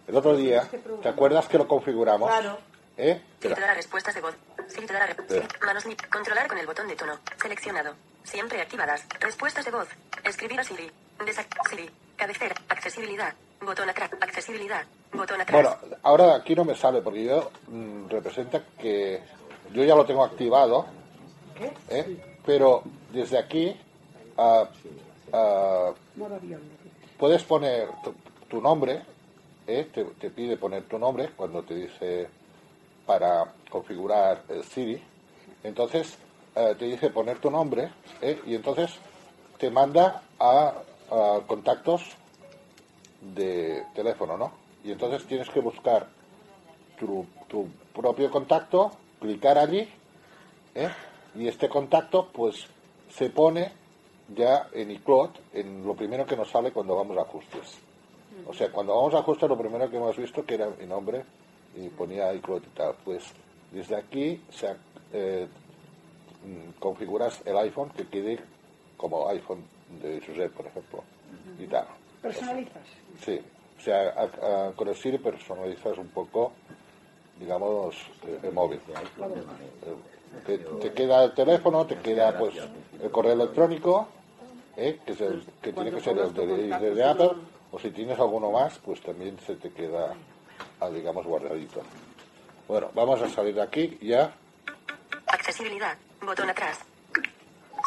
S2: el otro día, ¿te acuerdas que lo configuramos?
S6: Claro.
S2: ¿Eh? Espera.
S6: Filtrar a respuestas de voz. Filtrar a re-
S2: Espera.
S6: manos ni controlar con el botón de tono. Seleccionado. Siempre activadas. Respuestas de voz. Escribir a Siri. Desac Siri. Cabecera. Accesibilidad. Botón atrás. Accesibilidad. Botón atrás.
S2: Bueno, ahora aquí no me sale porque yo mm, representa que yo ya lo tengo activado, ¿eh? pero desde aquí ah, ah,
S8: Modo avión.
S2: puedes poner tu, tu nombre, ¿eh? te, te pide poner tu nombre cuando te dice para configurar el Siri, entonces eh, te dice poner tu nombre ¿eh? y entonces te manda a, a contactos de teléfono, ¿no? Y entonces tienes que buscar tu, tu propio contacto, clicar allí ¿eh? y este contacto pues se pone ya en iCloud, en lo primero que nos sale cuando vamos a ajustes. O sea, cuando vamos a ajustes lo primero que hemos visto que era mi nombre y ponía iCloud y tal. Pues desde aquí se, ac- eh, mm, configuras el iPhone que quede como iPhone de Josep, por ejemplo, y tal.
S8: Personalizas.
S2: Sí, o sea, a- a- con el Siri personalizas un poco, digamos, eh, el móvil. Eh, Te, te queda el teléfono, te queda pues el correo electrónico, eh, que, es el- que tiene que ser el de, de- de Apple, o si tienes alguno más, pues también se te queda, ah, digamos, guardadito. Bueno, vamos a salir de aquí ya.
S6: Accesibilidad. Botón atrás.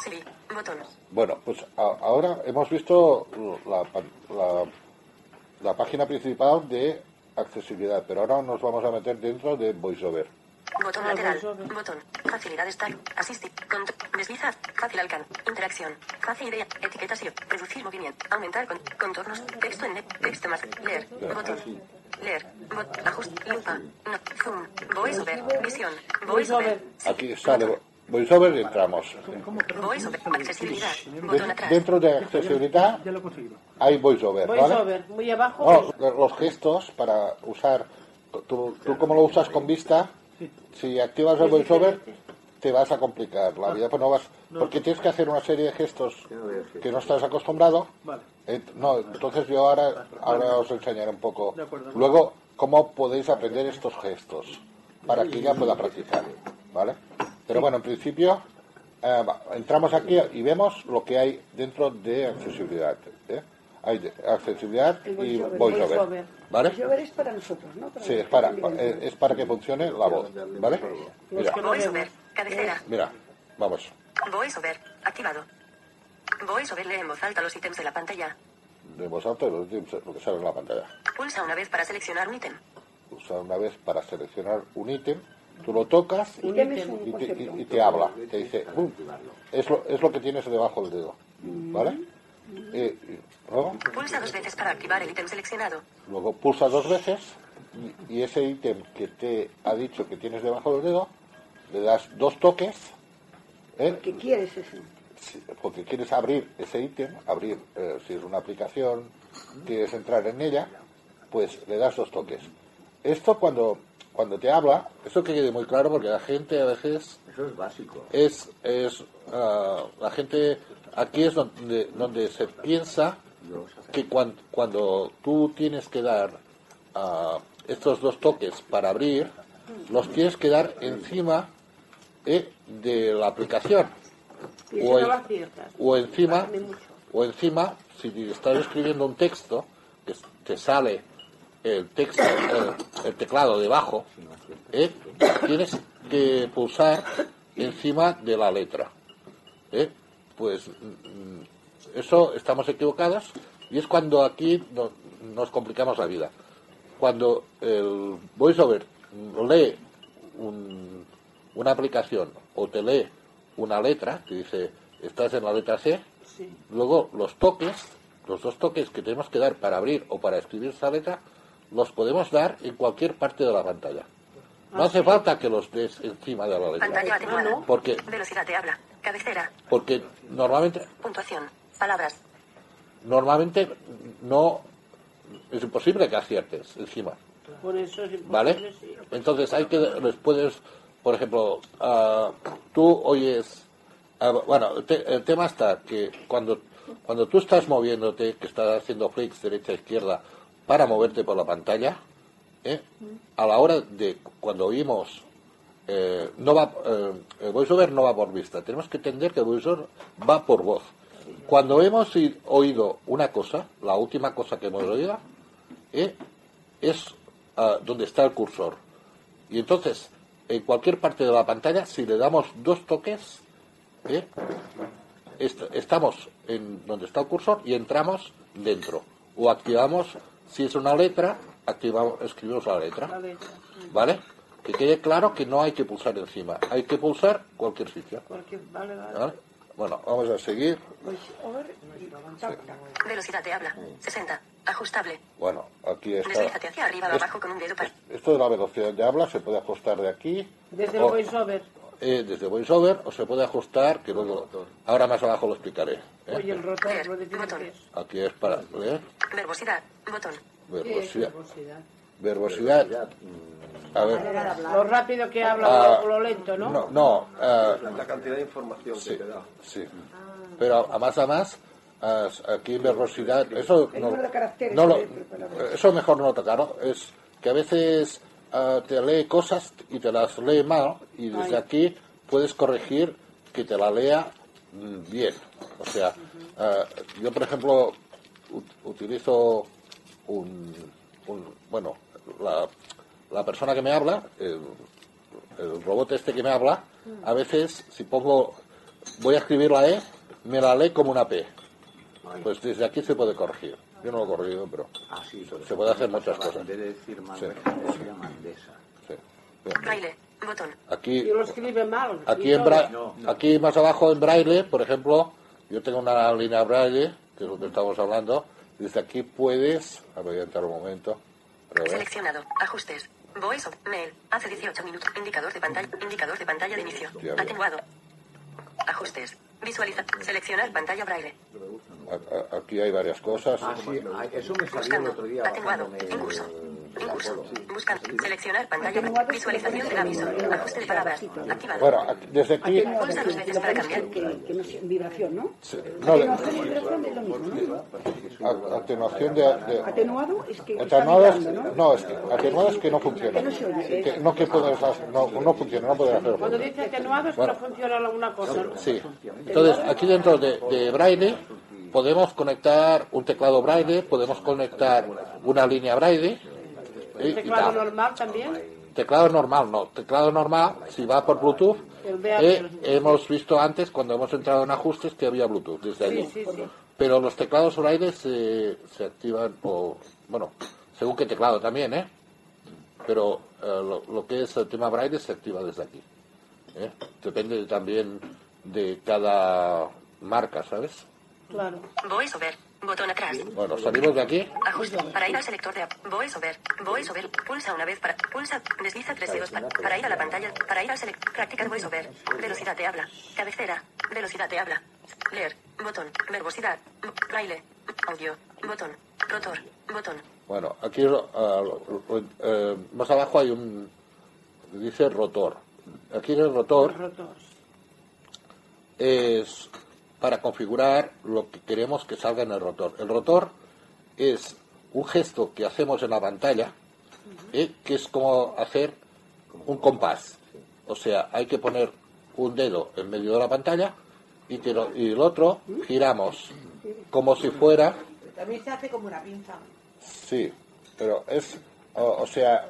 S6: Siri. Botón.
S2: Bueno, pues a- ahora hemos visto la, pan- la- la página principal de accesibilidad, pero ahora nos vamos a meter dentro de VoiceOver.
S6: Botón lateral. Botón. Facilidades tag. Asistir. Cont desliza. Fácil alcance. Interacción. Fácil idea. Etiquetación. Reducir movimiento. Aumentar con contornos. Texto en net. Texto más. Leer. Botón. Leer. Bot ajuste. Lupa. No. Zoom. Voice over. Visión. Voice over.
S2: Aquí sale VoiceOver y entramos.
S6: Voice over. Accesibilidad. Botón
S2: De-
S6: atrás.
S2: dentro de accesibilidad hay VoiceOver,
S12: Voice
S2: ¿vale?
S12: over, muy abajo.
S2: No, lo- los gestos para usar, tú, tú como lo usas con vista, si activas el VoiceOver te vas a complicar la vida, pues no vas, porque tienes que hacer una serie de gestos que no estás acostumbrado.
S7: Vale.
S2: Ent- No, entonces yo ahora, ahora os enseñaré un poco.
S7: De acuerdo.
S2: Luego, cómo podéis aprender estos gestos para que ya pueda practicar, ¿vale? Pero bueno, en principio eh, va- entramos aquí y vemos lo que hay dentro de accesibilidad. ¿eh? Hay de- accesibilidad y
S8: voiceover,
S2: voiceover,
S8: voiceover.
S2: ¿vale?
S8: Voiceover es para nosotros, ¿no? Para
S2: Sí,
S8: los
S2: es
S8: que
S2: para,
S8: están
S2: eh,
S8: viviendo.
S2: es para que funcione la voz, ¿vale?
S6: Los
S2: Mira,
S6: que Eh. no Voice over. Cabecera.
S2: mira, vamos.
S6: Voice over. Activado. Voice over. Lee en voz alta los ítems de la pantalla.
S2: De voz alta y lo lo que sale en la pantalla.
S6: Pulsa una vez para seleccionar un ítem.
S2: usar una vez para seleccionar un ítem, tú lo tocas y,
S6: Un ítem es un
S2: y te, y-
S6: concepto.
S2: y te habla, te dice, "Bum". es lo, es lo que tienes debajo del dedo, ¿vale? Eh, y- ¿no?
S6: Pulsa dos veces para activar el ítem seleccionado.
S2: Luego pulsa dos veces y, y ese ítem que te ha dicho que tienes debajo del dedo, le das dos toques, ¿eh?
S8: ¿Qué quieres eso?
S2: si- porque quieres abrir ese ítem, abrir eh, si es una aplicación, quieres entrar en ella, pues le das dos toques. Esto cuando, cuando te habla, esto que quede muy claro porque la gente a veces
S4: Eso es básico.
S2: es, es ah, la gente aquí es donde, donde se piensa que cuan- cuando tú tienes que dar ah, estos dos toques para abrir, los tienes que dar encima eh, de la aplicación o
S12: Y eso
S2: el-
S12: no lo aciertas.
S2: o encima
S12: Ni mucho.
S2: o encima si estás escribiendo un texto que te sale el texto el, el teclado debajo ¿eh? tienes que pulsar encima de la letra ¿eh? pues mm, mm, eso estamos equivocados y es cuando aquí no- nos complicamos la vida cuando el voiceover lee un, una aplicación o te lee una letra, te dice, estás en la letra C,
S8: Sí.
S2: luego los toques, los dos toques que tenemos que dar para abrir o para escribir esa letra, los podemos dar en cualquier parte de la pantalla. No
S6: Ah,
S2: hace falta que los des encima de la
S6: Pantalla
S2: letra.
S6: atenuada.
S2: Porque,
S6: Velocidad de habla. Cabecera.
S2: porque normalmente
S6: Puntuación. Palabras.
S2: normalmente no es imposible que aciertes encima,
S12: Por eso es
S2: ¿vale?
S12: imposible, sí.
S2: Entonces hay que les puedes, por ejemplo, ah, tú oyes, ah, bueno, el te- el tema está que cuando cuando tú estás moviéndote, que estás haciendo flicks derecha e izquierda para moverte por la pantalla, ¿eh? a la hora de cuando oímos eh, no va eh, el voiceover no va por vista tenemos que entender que el voiceover va por voz cuando hemos i- oído una cosa la última cosa que hemos oído eh, es ah, donde está el cursor y entonces en cualquier parte de la pantalla si le damos dos toques eh, est- estamos en donde está el cursor y entramos dentro o activamos si es una letra activamos escribimos la letra
S12: A ver,
S2: ¿Vale? Que quede claro que no hay que pulsar encima, hay que pulsar cualquier sitio.
S12: porque vale, vale.
S2: ¿vale? Bueno, vamos a seguir.
S6: Velocidad de habla. 60. Ajustable.
S2: Bueno, aquí Mm. está.
S6: Deslízate hacia arriba o abajo con un dedo para.
S2: Esto de la velocidad de habla se puede ajustar de aquí,
S12: Desde
S2: Oh.
S12: el voiceover.
S2: eh, desde VoiceOver, o se puede ajustar, que luego, ahora más abajo lo explicaré. ¿eh?
S12: Oye, el rotor, lo define que es.
S2: Aquí es para leer,
S6: Verbosidad. Botón.
S2: verbosidad.
S12: Velocidad.
S2: Verbosidad. A ver.
S12: Lo rápido que habla
S2: Ah,
S12: o lo lento, ¿no?
S2: No, no. ah,
S11: La cantidad de información
S2: Sí,
S11: que te da.
S2: sí. Pero a más a más, ah, aquí verbosidad, eso
S8: El
S2: no,
S8: número de caracteres
S2: no lo-
S8: que hay por palabra.
S2: eso mejor no tocarlo, es que a veces ah, te lee cosas y te las lee mal y desde
S8: Ay.
S2: aquí puedes corregir que te la lea mm, bien. O sea, ah, yo por ejemplo ut- utilizo un, un- bueno, la, la persona que me habla, el, el robot este que me habla,
S12: Mm.
S2: a veces si pongo voy a escribir la E, me la lee como una P. Pues desde aquí se puede corregir. Yo no lo he corregido, pero
S4: Ah,
S2: se puede hacer muchas cosas.
S4: En vez de decir
S2: Sí.
S4: Manuel, decía Mandesa.
S2: Sí. Bien.
S6: Braille. Botón.
S2: Aquí,
S12: Y lo escribe mal.
S2: aquí,
S12: y
S2: en
S12: todo.
S2: bra- aquí más abajo en braille, por ejemplo, yo tengo una línea braille, que es lo que estamos hablando. Desde aquí puedes, a ver, voy a entrar un momento. Pero, eh,
S6: Seleccionado. Ajustes. Voice of mail. Hace 18 minutos. Indicador de pantalla. Indicador de pantalla de inicio.
S2: Diablo.
S6: Atenuado. Ajustes. Visualiza. Seleccionar pantalla braille.
S2: a- a- aquí hay varias cosas.
S4: Ah, sí, ay, eso me salió el
S6: Buscando.
S4: otro día
S6: Atenuado.
S4: bajándome el,
S6: Incurso.
S4: el
S6: Incurso.
S4: Apolo.
S6: Buscan. Seleccionar pantalla. braille. Visualización del aviso. Ajuste de palabras. Activado.
S2: Bueno, aquí- desde aquí,
S6: Pulsa dos veces para cambiar.
S8: Que, que no es vibración, ¿no?
S2: Sí, no, de-
S8: Atenuación y vibración es lo mismo, ¿no?
S2: a- atenuación de- de,
S8: Atenuado es que está
S2: Atenuado es,
S8: vibrando, ¿no?
S2: no, es que, atenuado es que no funciona. Que, no que puedes hacer- no, no funciona, no puedes hacerlo.
S12: Cuando dice atenuado es que
S2: Bueno.
S12: no funciona alguna cosa, ¿no?
S2: Sí. Entonces, aquí dentro de, de Braille podemos conectar un teclado Braille, podemos conectar una línea Braille. y- y
S12: Teclado
S2: tal.
S12: normal también.
S2: Teclado normal, no. Teclado normal, si va por Bluetooth,
S12: El
S2: eh,
S12: BH.
S2: hemos visto antes cuando hemos entrado en ajustes que había Bluetooth desde allí.
S12: Sí, sí, sí.
S2: Pero los teclados Braille se, se activan, o bueno, según qué teclado también, ¿eh? Pero eh, lo, lo que es el tema Braille se activa desde aquí. ¿eh? Depende también de cada marca, ¿sabes?
S12: Claro.
S6: Voice over. Botón atrás.
S2: Bueno, salimos de aquí.
S6: Ajuste. Para ir al selector de app. Voice over. Voice over. Pulsa una vez para. Pulsa. Desliza tres dedos para, para ir a la pantalla. Para ir al select. Practicar voice over. Velocidad de habla. Cabecera. Velocidad de habla. Leer. Botón. Verbosidad. Braille. Audio. Botón. Rotor. Botón.
S2: Bueno, aquí ah, lo- lo- eh, más abajo hay un. Dice rotor. Aquí en el rotor
S12: Rotor.
S2: es para configurar lo que queremos que salga en el rotor. El rotor es un gesto que hacemos en la pantalla, ¿eh? que es como hacer un compás. O sea, hay que poner un dedo en medio de la pantalla y, que lo- y el otro giramos como si fuera
S3: También se hace como una pinza.
S2: Sí, pero es, o, o sea,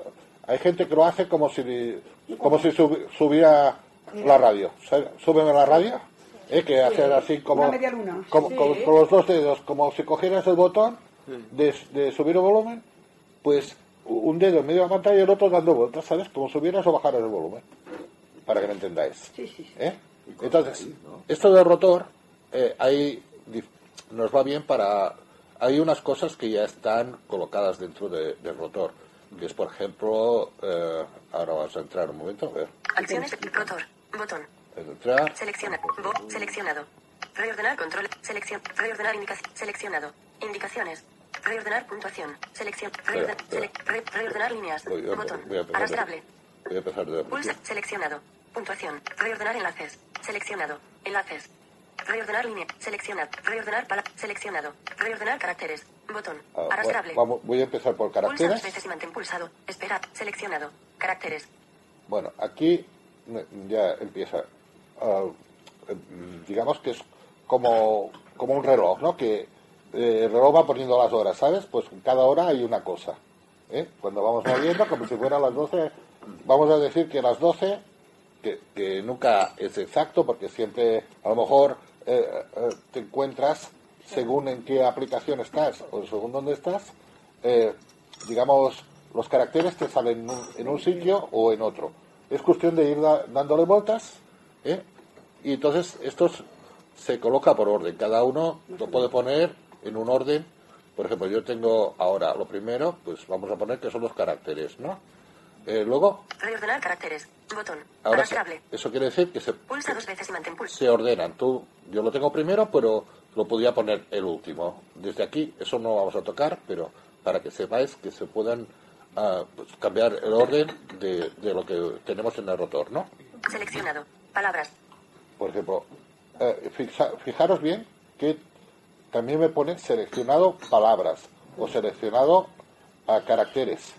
S2: hay gente que lo hace como si, como si subi- subiera la radio. ¿sabes? Súbeme la radio, ¿eh? que hacer así como,
S8: Una media luna.
S2: como-
S8: Sí.
S2: con, con los dos dedos, como si cogieras el botón de, de subir el volumen, pues u- un dedo en medio de la pantalla y el otro dando vueltas, ¿sabes? Como subieras o bajaras el volumen. para que me entendáis.
S8: Sí, sí, sí.
S2: ¿eh? Entonces, esto del rotor, eh, ahí dif- nos va bien para... Hay unas cosas que ya están colocadas dentro de- del rotor, que es, por ejemplo, eh, ahora vas a entrar un momento, a ver,
S6: Acciones. Rotor. Botón.
S2: entrar,
S6: Selecciona. Bo- seleccionado. Reordenar control. Selección. Reordenar indicación. Seleccionado. Indicaciones. Reordenar puntuación. Selección. Reorden-
S2: Espera, espera.
S6: sele- re- reordenar líneas.
S2: Voy, voy,
S6: Botón.
S2: voy a empezar.
S6: Arrastrable.
S2: voy a empezar de
S6: Pulsa. Seleccionado. Puntuación. Reordenar enlaces. Seleccionado. Enlaces. Reordenar línea. Selecciona. Reordenar para. Seleccionado. Reordenar caracteres. Botón.
S2: Ah, bueno,
S6: Arrastrable.
S2: vamos, voy a empezar por
S6: Pulsa dos
S2: caracteres.
S6: veces y mantén pulsado. Espera. Seleccionado. Caracteres.
S2: Bueno, aquí eh, ya empieza. ah, eh, digamos que es como, como un reloj, ¿no? Que eh, el reloj va poniendo las horas, ¿sabes? Pues cada hora hay una cosa. ¿eh? Cuando vamos moviendo, como si fuera las 12, vamos a decir que las 12, que, que nunca es exacto, porque siempre a lo mejor eh, eh, te encuentras según en qué aplicación estás o según dónde estás, eh, digamos, los caracteres te salen en un, en un sitio o en otro. Es cuestión de ir da- dándole vueltas, ¿eh? Y entonces estos se coloca por orden. Cada uno lo puede poner en un orden. Por ejemplo, yo tengo ahora lo primero, pues vamos a poner que son los caracteres, ¿no? Eh, luego,
S6: Reordenar caracteres. Botón.
S2: ahora se-
S6: Arrastrable. Pues
S2: eso quiere decir que se,
S6: Pulsa dos veces y mantén pulsado.
S2: se ordenan. Tú, yo lo tengo primero, pero lo podía poner el último. Desde aquí, eso no lo vamos a tocar, pero para que sepáis que se puedan ah, pues, cambiar el orden de, de lo que tenemos en el rotor, ¿no?
S6: Seleccionado. Palabras.
S2: Por ejemplo, eh, fixa- fijaros bien que también me pone seleccionado palabras o seleccionado a caracteres.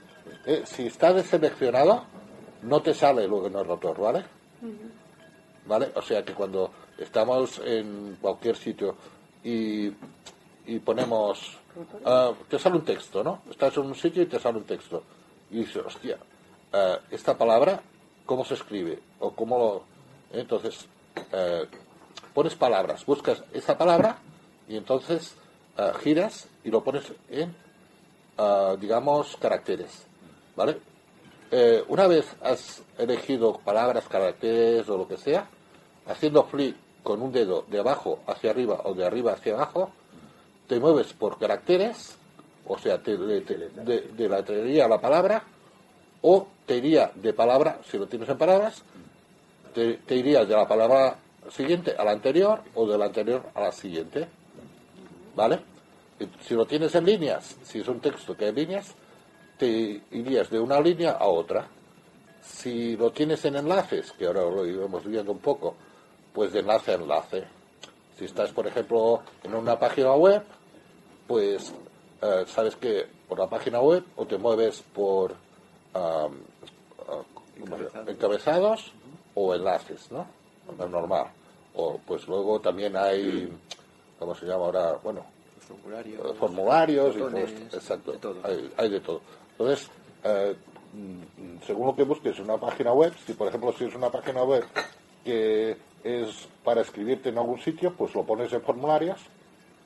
S2: Eh, si está deseleccionado, no te sale luego en el rotor, ¿vale? ¿Vale? O sea que cuando estamos en cualquier sitio y, y ponemos... ah, te sale un texto, ¿no? Estás en un sitio y te sale un texto. Y dices, hostia, ah, esta palabra, ¿cómo se escribe? O cómo lo... Entonces, eh, pones palabras, buscas esa palabra y entonces ah, giras y lo pones en, ah, digamos, caracteres. ¿Vale? Eh, una vez has elegido palabras, caracteres o lo que sea, haciendo flick con un dedo de abajo hacia arriba o de arriba hacia abajo, te mueves por caracteres, o sea, te, de, te- de- de la traería a la palabra, o te iría de palabra, si lo tienes en palabras, te, te irías de la palabra siguiente a la anterior o de la anterior a la siguiente. ¿Vale? Y Si lo tienes en líneas, si es un texto que hay líneas, te irías de una línea a otra. Si lo tienes en enlaces, que ahora lo íbamos viendo un poco, pues de enlace a enlace. Si estás, por ejemplo, en una página web, pues eh, sabes que por la página web o te mueves por ah, ah, ¿cómo se llama? encabezados o enlaces, ¿no? Lo normal. O pues luego también hay, ¿cómo se llama ahora? Bueno,
S5: Formulario.
S2: formularios y todo
S5: botones,
S2: esto. Exacto. Hay, hay de todo. Entonces, eh, mm, según lo que busques en una página web, si por ejemplo si es una página web que es para escribirte en algún sitio, pues lo pones en formularios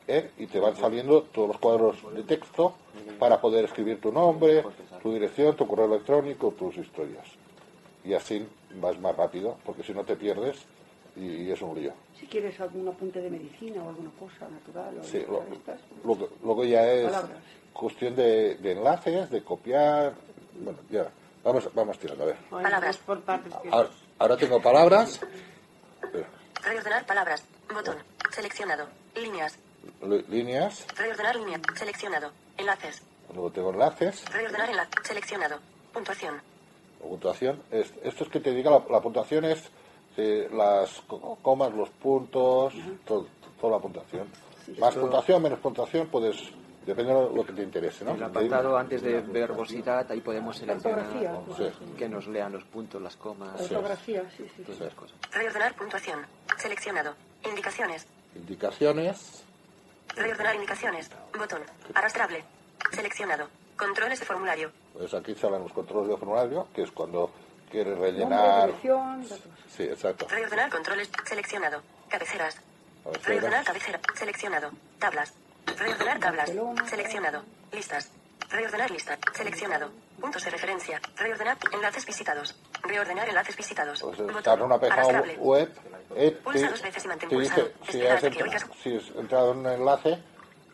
S2: ¿eh? y te van saliendo todos los cuadros de texto para poder escribir tu nombre, tu dirección, tu correo electrónico, tus historias. Y así vas más rápido, porque si no te pierdes y es un lío.
S8: Si quieres algún apunte de medicina o alguna cosa natural. O
S2: Sí,
S8: algo
S2: lo,
S8: de estas. pues,
S2: lo que- luego ya es
S8: Palabras.
S2: cuestión de, de enlaces, de copiar. Bueno, ya. Vamos, vamos tirando, a ver.
S6: Palabras.
S12: Por partes. que-
S2: Ahora, ahora tengo palabras.
S6: Reordenar palabras. Botón. Seleccionado. Líneas.
S2: li- líneas,
S6: Reordenar línea. Seleccionado. Enlaces.
S2: luego tengo enlaces,
S6: Reordenar enlace. Seleccionado. Puntuación.
S2: o puntuación. Es- esto es que te diga, la, la puntuación es eh, las co- comas, los puntos, to- toda la puntuación. Más
S5: Esto-
S2: puntuación, menos puntuación, puedes, depende de lo que te interese, ¿no?
S5: El apartado antes de verbosidad, ahí podemos
S8: Ortografía,
S5: seleccionar
S8: sí.
S5: que nos lean los puntos, las comas,
S8: Ortografía, sí, sí.
S5: todas esas cosas.
S6: Reordenar puntuación. Seleccionado. Indicaciones.
S2: Indicaciones,
S6: Reordenar indicaciones. Botón. Arrastrable. Seleccionado. Controles de formulario.
S2: pues aquí salen los controles de formulario, que es cuando quieres
S8: Nombre,
S2: rellenar.
S8: dirección, datos.
S2: Sí, exacto.
S6: Reordenar controles. Seleccionado. Cabeceras.
S2: A ver,
S6: Reordenar
S2: espera.
S6: cabecera. Seleccionado. Tablas. Reordenar tablas. Seleccionado. Listas. Reordenar lista. Seleccionado. Puntos de referencia. Reordenar enlaces visitados. Reordenar enlaces visitados.
S2: Pues
S6: Botón.
S2: estás en una página
S6: Arrastrable.
S2: web. eh,
S6: Pulsa
S2: te-
S6: dos veces y mantén
S2: te dice-
S6: pulsado.
S2: si,
S6: Espera
S2: has
S6: hasta que
S2: entra-
S6: oigas.
S2: si has entrado en un enlace,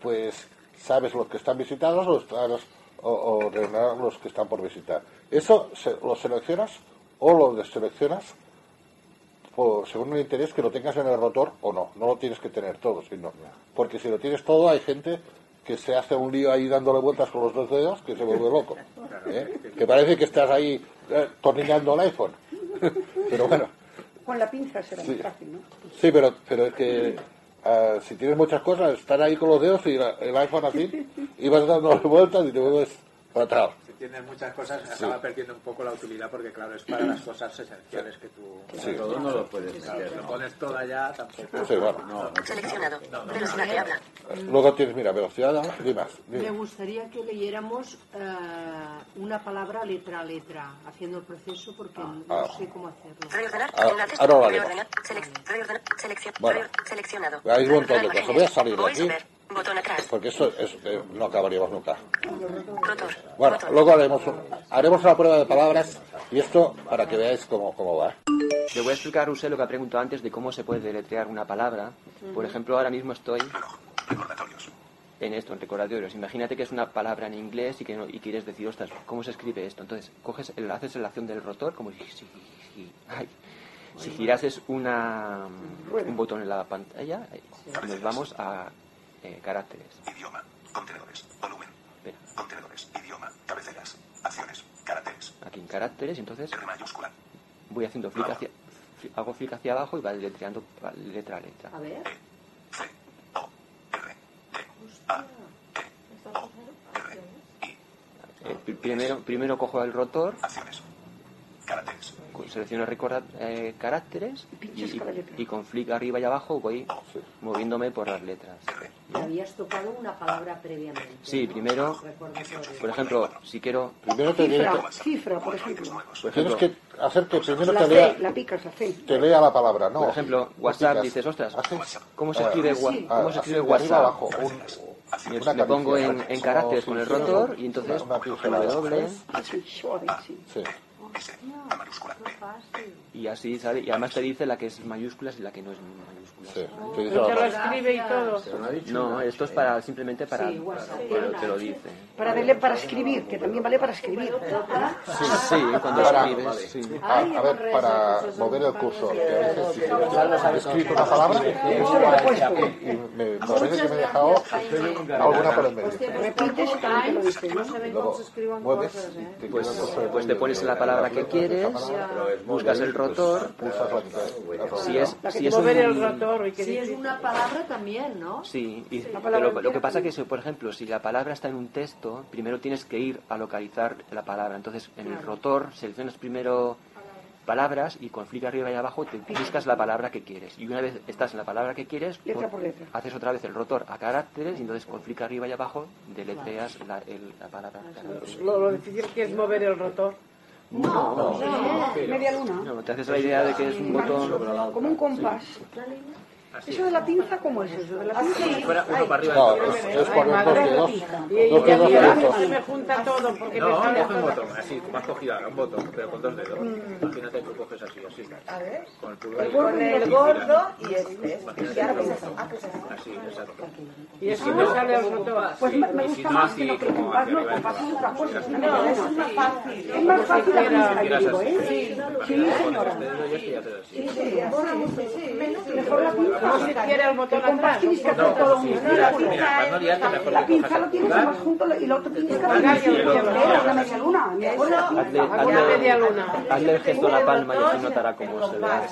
S2: pues sabes los que están visitados o, estás- o, o reordenar los que están por visitar. Eso se- lo seleccionas o lo deseleccionas por- según el interés que lo tengas en el rotor o no. No lo tienes que tener todo, sino. Porque si lo tienes todo, hay gente que se hace un lío ahí dándole vueltas con los dos dedos que se vuelve loco. ¿eh? Que parece que estás ahí eh, tornillando el iPhone. Pero bueno,
S8: Con la pinza será
S2: Sí.
S8: más fácil, ¿no?
S2: sí, pero, pero es que ah, si tienes muchas cosas, estar ahí con los dedos y la- el iPhone así, y vas dándole vueltas y te vuelves fatal.
S13: Si tienes muchas cosas,
S2: Sí.
S13: acaba perdiendo un poco la utilidad porque, claro, es para las cosas esenciales que tú.
S4: Sí. Todo no lo puedes
S13: Claro,
S4: meter,
S13: si lo
S4: ¿no?
S13: pones todo allá, tampoco.
S2: Sí, bueno.
S10: Seleccionado.
S6: Velocidad que habla.
S2: Luego tienes, mira, velocidad, ¿no? Dime,
S10: Me
S2: dime.
S10: gustaría que leyéramos eh, una palabra letra a letra, haciendo el proceso porque no
S2: Ah.
S10: sé cómo hacerlo.
S6: Reordenar
S2: Ah,
S6: enlaces.
S2: ahora lo haremos.
S6: reordenar. selec- reordenar. Selección.
S2: Bueno.
S6: reor- Seleccionado.
S2: Hay un montón de
S6: Reordenar
S2: cosas. Voy a salir de
S6: imágenes.
S2: aquí
S6: Voiceover. Botón atrás.
S2: porque eso es, eh, no acabaríamos nunca.
S6: Rotor.
S2: Bueno, luego haremos, un- haremos una prueba de palabras y esto para que veáis cómo, cómo va.
S5: Le voy a explicar a Rusé lo que ha preguntado antes de cómo se puede deletrear una palabra. Por ejemplo, ahora mismo estoy en esto, en recordatorios. Imagínate que es una palabra en inglés y que no- y quieres decir, ostras, ¿cómo se escribe esto? Entonces, coges, el- haces la acción del rotor como si, si- si- ay. si girases una, un botón en la pantalla, ahí, nos vamos a eh, caracteres.
S14: Idioma. Contenedores. Volumen.
S5: Espera,
S14: Contenedores. Idioma. Cabeceras. Acciones. Caracteres.
S5: aquí en caracteres, entonces
S14: R mayúscula.
S5: voy haciendo flick hacia, fli- hago flick hacia abajo y va deletreando pa- letra a letra.
S10: A ver.
S5: Eh, pri- primero, primero cojo el rotor. co- Selecciono recorda- eh, caracteres y,
S10: Pinchas cada letra.
S5: y con flick arriba y abajo voy
S2: Ah,
S5: moviéndome por las letras.
S10: Te habías tocado una palabra previamente.
S5: Sí, primero,
S10: Recordatorio.
S5: por ejemplo, si quiero...
S2: Primero te tienes
S8: Cifra,
S2: que,
S8: cifra, por ejemplo.
S5: Por
S2: tienes
S5: ejemplo,
S2: que hacer que primero
S8: La
S2: te
S8: C,
S2: lea,
S8: la picas, la C.
S2: te lea la palabra, ¿no?
S5: por ejemplo WhatsApp dices, ostras, ¿cómo se escribe,
S2: Ah,
S5: gua-
S2: sí.
S5: ¿cómo se escribe
S2: Así, de arriba
S5: WhatsApp?
S2: abajo, un-
S5: Me-
S2: una
S5: le pongo
S2: caricia,
S5: en, en
S2: ¿no?
S5: caracteres con el
S2: Sí, sí,
S5: rotor
S2: sí.
S5: y entonces
S2: Una- una pincelada.
S5: W
S2: Sí.
S5: y así sale. Y además te dice la que es mayúsculas y la que no es mayúsculas.
S2: te dice
S12: Ah, Te lo escribe y todo.
S5: No, esto es para simplemente para...
S12: Sí, WhatsApp.
S5: pero te lo dice.
S8: Para, dele- para escribir, que también vale para escribir.
S5: Sí, sí, cuando
S2: Ahora,
S5: escribes, sí.
S2: a, a ver, para mover el cursor, que a veces si he escrito una palabra y me parece que me he dejado alguna por el medio.
S10: Repites y también te lo dice, ¿no?
S2: Luego mueves
S12: ¿eh?
S2: y te
S5: Pues,
S2: queda cosa en
S5: pues te
S2: medio.
S5: pones la palabra que quieres, buscas el rotor,
S2: Pulsas la mitad.
S5: si es, si es
S12: Mover el
S5: un-
S12: rotor y que
S10: Si es
S12: dice-
S10: una palabra también, ¿no?
S5: Sí, y-
S10: La palabra
S5: pero lo- lo que
S10: entera
S5: pasa es
S10: también.
S5: que, si, por ejemplo, si la palabra está en un texto, primero tienes que ir a localizar la palabra. Entonces, en el
S10: Claro.
S5: rotor seleccionas primero palabras y con clic arriba y abajo te buscas la palabra que quieres. Y una vez estás en la palabra que quieres,
S8: Letra
S5: pon-
S8: por letra.
S5: haces otra vez el rotor a caracteres y entonces con clic arriba y abajo deletreas la, el- la palabra.
S12: Lo, lo difícil que es mover el rotor.
S5: No, no,
S8: Media luna.
S5: No, te haces la idea de que es un botón.
S8: Como un compás. Eso de la pinza, ¿cómo es eso? De la pinza.
S13: Si fuera uno para arriba.
S2: No, es, es por dos dedos.
S12: Y, y
S2: Dos dedos
S12: a mí a mí
S2: abiertos.
S12: se me junta todo porque
S13: No,
S12: me gira
S13: coge un
S12: todo.
S13: botón, así, como has cogido ahora, un botón, pero con dos dedos. Imagínate que lo coges así, así.
S9: A ver.
S13: Con el
S5: Pues
S13: pulgar.
S9: Con el gordo y este. Y ahora pues así. Ah, pues así.
S13: Así, exacto.
S12: Y así me sale el rotor.
S8: Pues me, me gusta más que no que el compás, no, el compás es otra cosa. es una cosa. Es más fácil la pinza, yo digo, ¿eh? Sí, sí, señora.
S7: ¿eh?
S8: Sí, sí, así. Mejor la pinza.
S12: Quiere el botón
S8: El compás
S12: atrás.
S8: tienes que hacer todo un círculo.
S13: Para no liarte, mejor
S8: La
S13: que cojas
S8: pinza lo
S13: el
S8: tienes
S13: pulgar.
S8: más junto y lo otro tienes que
S12: pulgar y el
S8: hacer
S12: otro.
S8: una media luna. Mejor la
S5: Hazle,
S8: pinza.
S12: Una
S5: hazle-
S12: media luna.
S5: hazle el gesto a la palma y así notará cómo se da.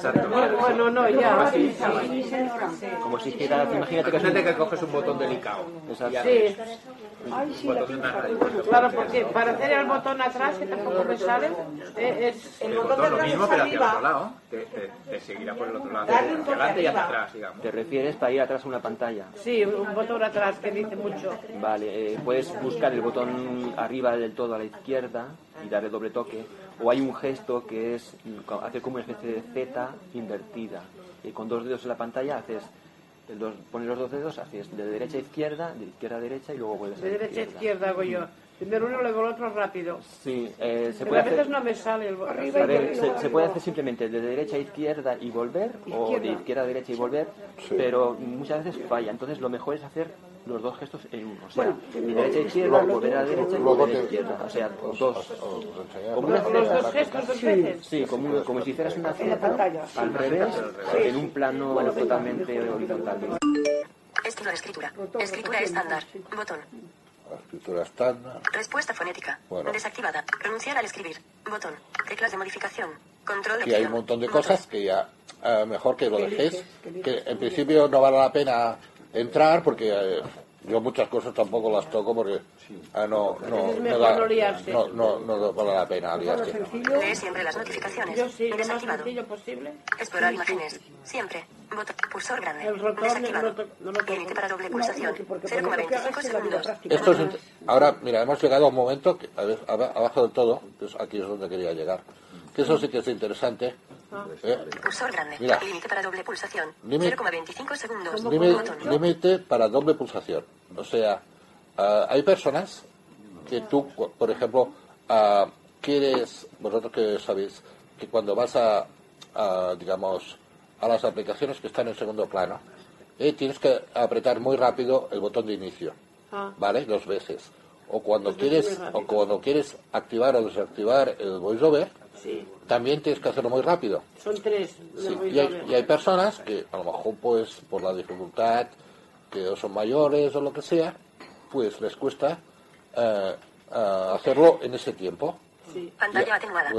S12: Bueno, no, ya. Sí,
S8: Sí, señora.
S5: Como si hiciera, imagínate que es
S13: Imagínate
S5: un-
S13: que coges un botón delicado.
S5: Exacto.
S12: Sí,
S8: Ay, sí, la pinza.
S12: claro, porque para hacer el botón atrás, que tampoco me sale, eh, es
S13: El botón lo mismo, pero hacia el otro lado. Te, te- te seguirá por el otro lado.
S12: Dale un
S13: Hacia adelante y hacia atrás, digamos.
S5: Te refieres para ir atrás a una pantalla.
S12: Sí, un botón atrás que dice mucho.
S5: Vale, eh, puedes buscar el botón arriba del todo a la izquierda y darle doble toque. O hay un gesto que es mm, co- hacer como una especie de Z invertida. Y con dos dedos en la pantalla haces, el dos- pones los dos dedos, haces de derecha a izquierda, de izquierda a derecha y luego vuelves a
S12: De derecha a izquierda hago yo. Primero uno, luego el otro rápido.
S15: Sí, eh, se
S12: Pero
S15: puede
S12: a veces
S15: hacer...
S12: no me sale el botón.
S15: A ver, se, se puede hacer simplemente de derecha a izquierda y volver, o de izquierda a derecha y volver, pero muchas veces falla. Entonces lo mejor es hacer los dos gestos en uno. O sea,
S2: Bueno,
S15: de derecha a izquierda,
S2: luego-
S15: volver a la derecha y
S2: luego
S15: volver a
S2: te-
S15: la izquierda. O sea,
S2: os-
S15: dos.
S2: os- os enseñaré.
S15: Como una
S2: Los
S15: cereza.
S2: dos gestos dos
S15: Sí,
S2: veces.
S15: Sí, como, un- como si hicieras una
S6: En la
S15: cereza
S6: pantalla.
S15: al
S6: Sí.
S15: revés,
S6: Sí.
S15: en un plano totalmente horizontal.
S6: Estilo de escritura. Escritura estándar. Botón.
S2: La escritura estándar.
S6: Respuesta fonética.
S2: Bueno.
S6: Desactivada. Pronunciar al escribir. Botón. Teclas de modificación. Control de
S2: Y hay un
S6: guión.
S2: montón de cosas que ya eh, mejor que lo
S6: Que
S2: dejéis,
S6: eliges, que eliges
S2: que en
S6: tú.
S2: principio no vale la pena entrar porque eh, yo muchas cosas tampoco las toco porque ah, no, no,
S6: Es
S2: no,
S6: mejor
S2: da-
S6: no liarse.
S2: no, no, no vale la pena liarse.
S6: Lee siempre las notificaciones.
S12: Yo sí, lo más
S6: Desactivado.
S12: sencillo posible.
S6: Explorar
S12: Sí, sí.
S6: imágenes. Siempre. Botón. Cursor grande.
S12: El rotor
S6: Desactivado.
S12: no- no lo toco.
S6: Límite para doble pulsación. 0,25 segundos.
S2: Esto es un-
S12: Ah.
S2: ahora, mira, hemos llegado a un momento, que, a ver, aba- abajo del todo, que es- aquí es donde quería llegar, que eso sí que es interesante. ¿eh?
S6: Cursor grande.
S2: Mira.
S6: Límite para doble pulsación.
S2: Límite-
S6: 0,25 segundos.
S2: Límite,
S6: Botón.
S2: límite para doble pulsación. O sea, ah, hay personas que tú, cu- por ejemplo, ah, quieres, vosotros que sabéis, que cuando vas a, a, digamos, a las aplicaciones que están en segundo plano, eh, tienes que apretar muy rápido el botón de inicio,
S12: Ah.
S2: ¿vale? Dos veces. O cuando
S12: Dos veces
S2: quieres,
S12: muy rápido.
S2: o cuando quieres activar o desactivar el voiceover,
S12: Sí.
S2: también tienes que hacerlo muy rápido.
S12: Son tres.
S2: Sí,
S12: me voy
S2: y, hay,
S12: doble.
S2: y hay personas que a lo mejor pues por la dificultad, que o son mayores o lo que sea, pues les cuesta eh, eh, hacerlo en ese tiempo.
S12: Sí.
S6: Pantalla atenuada.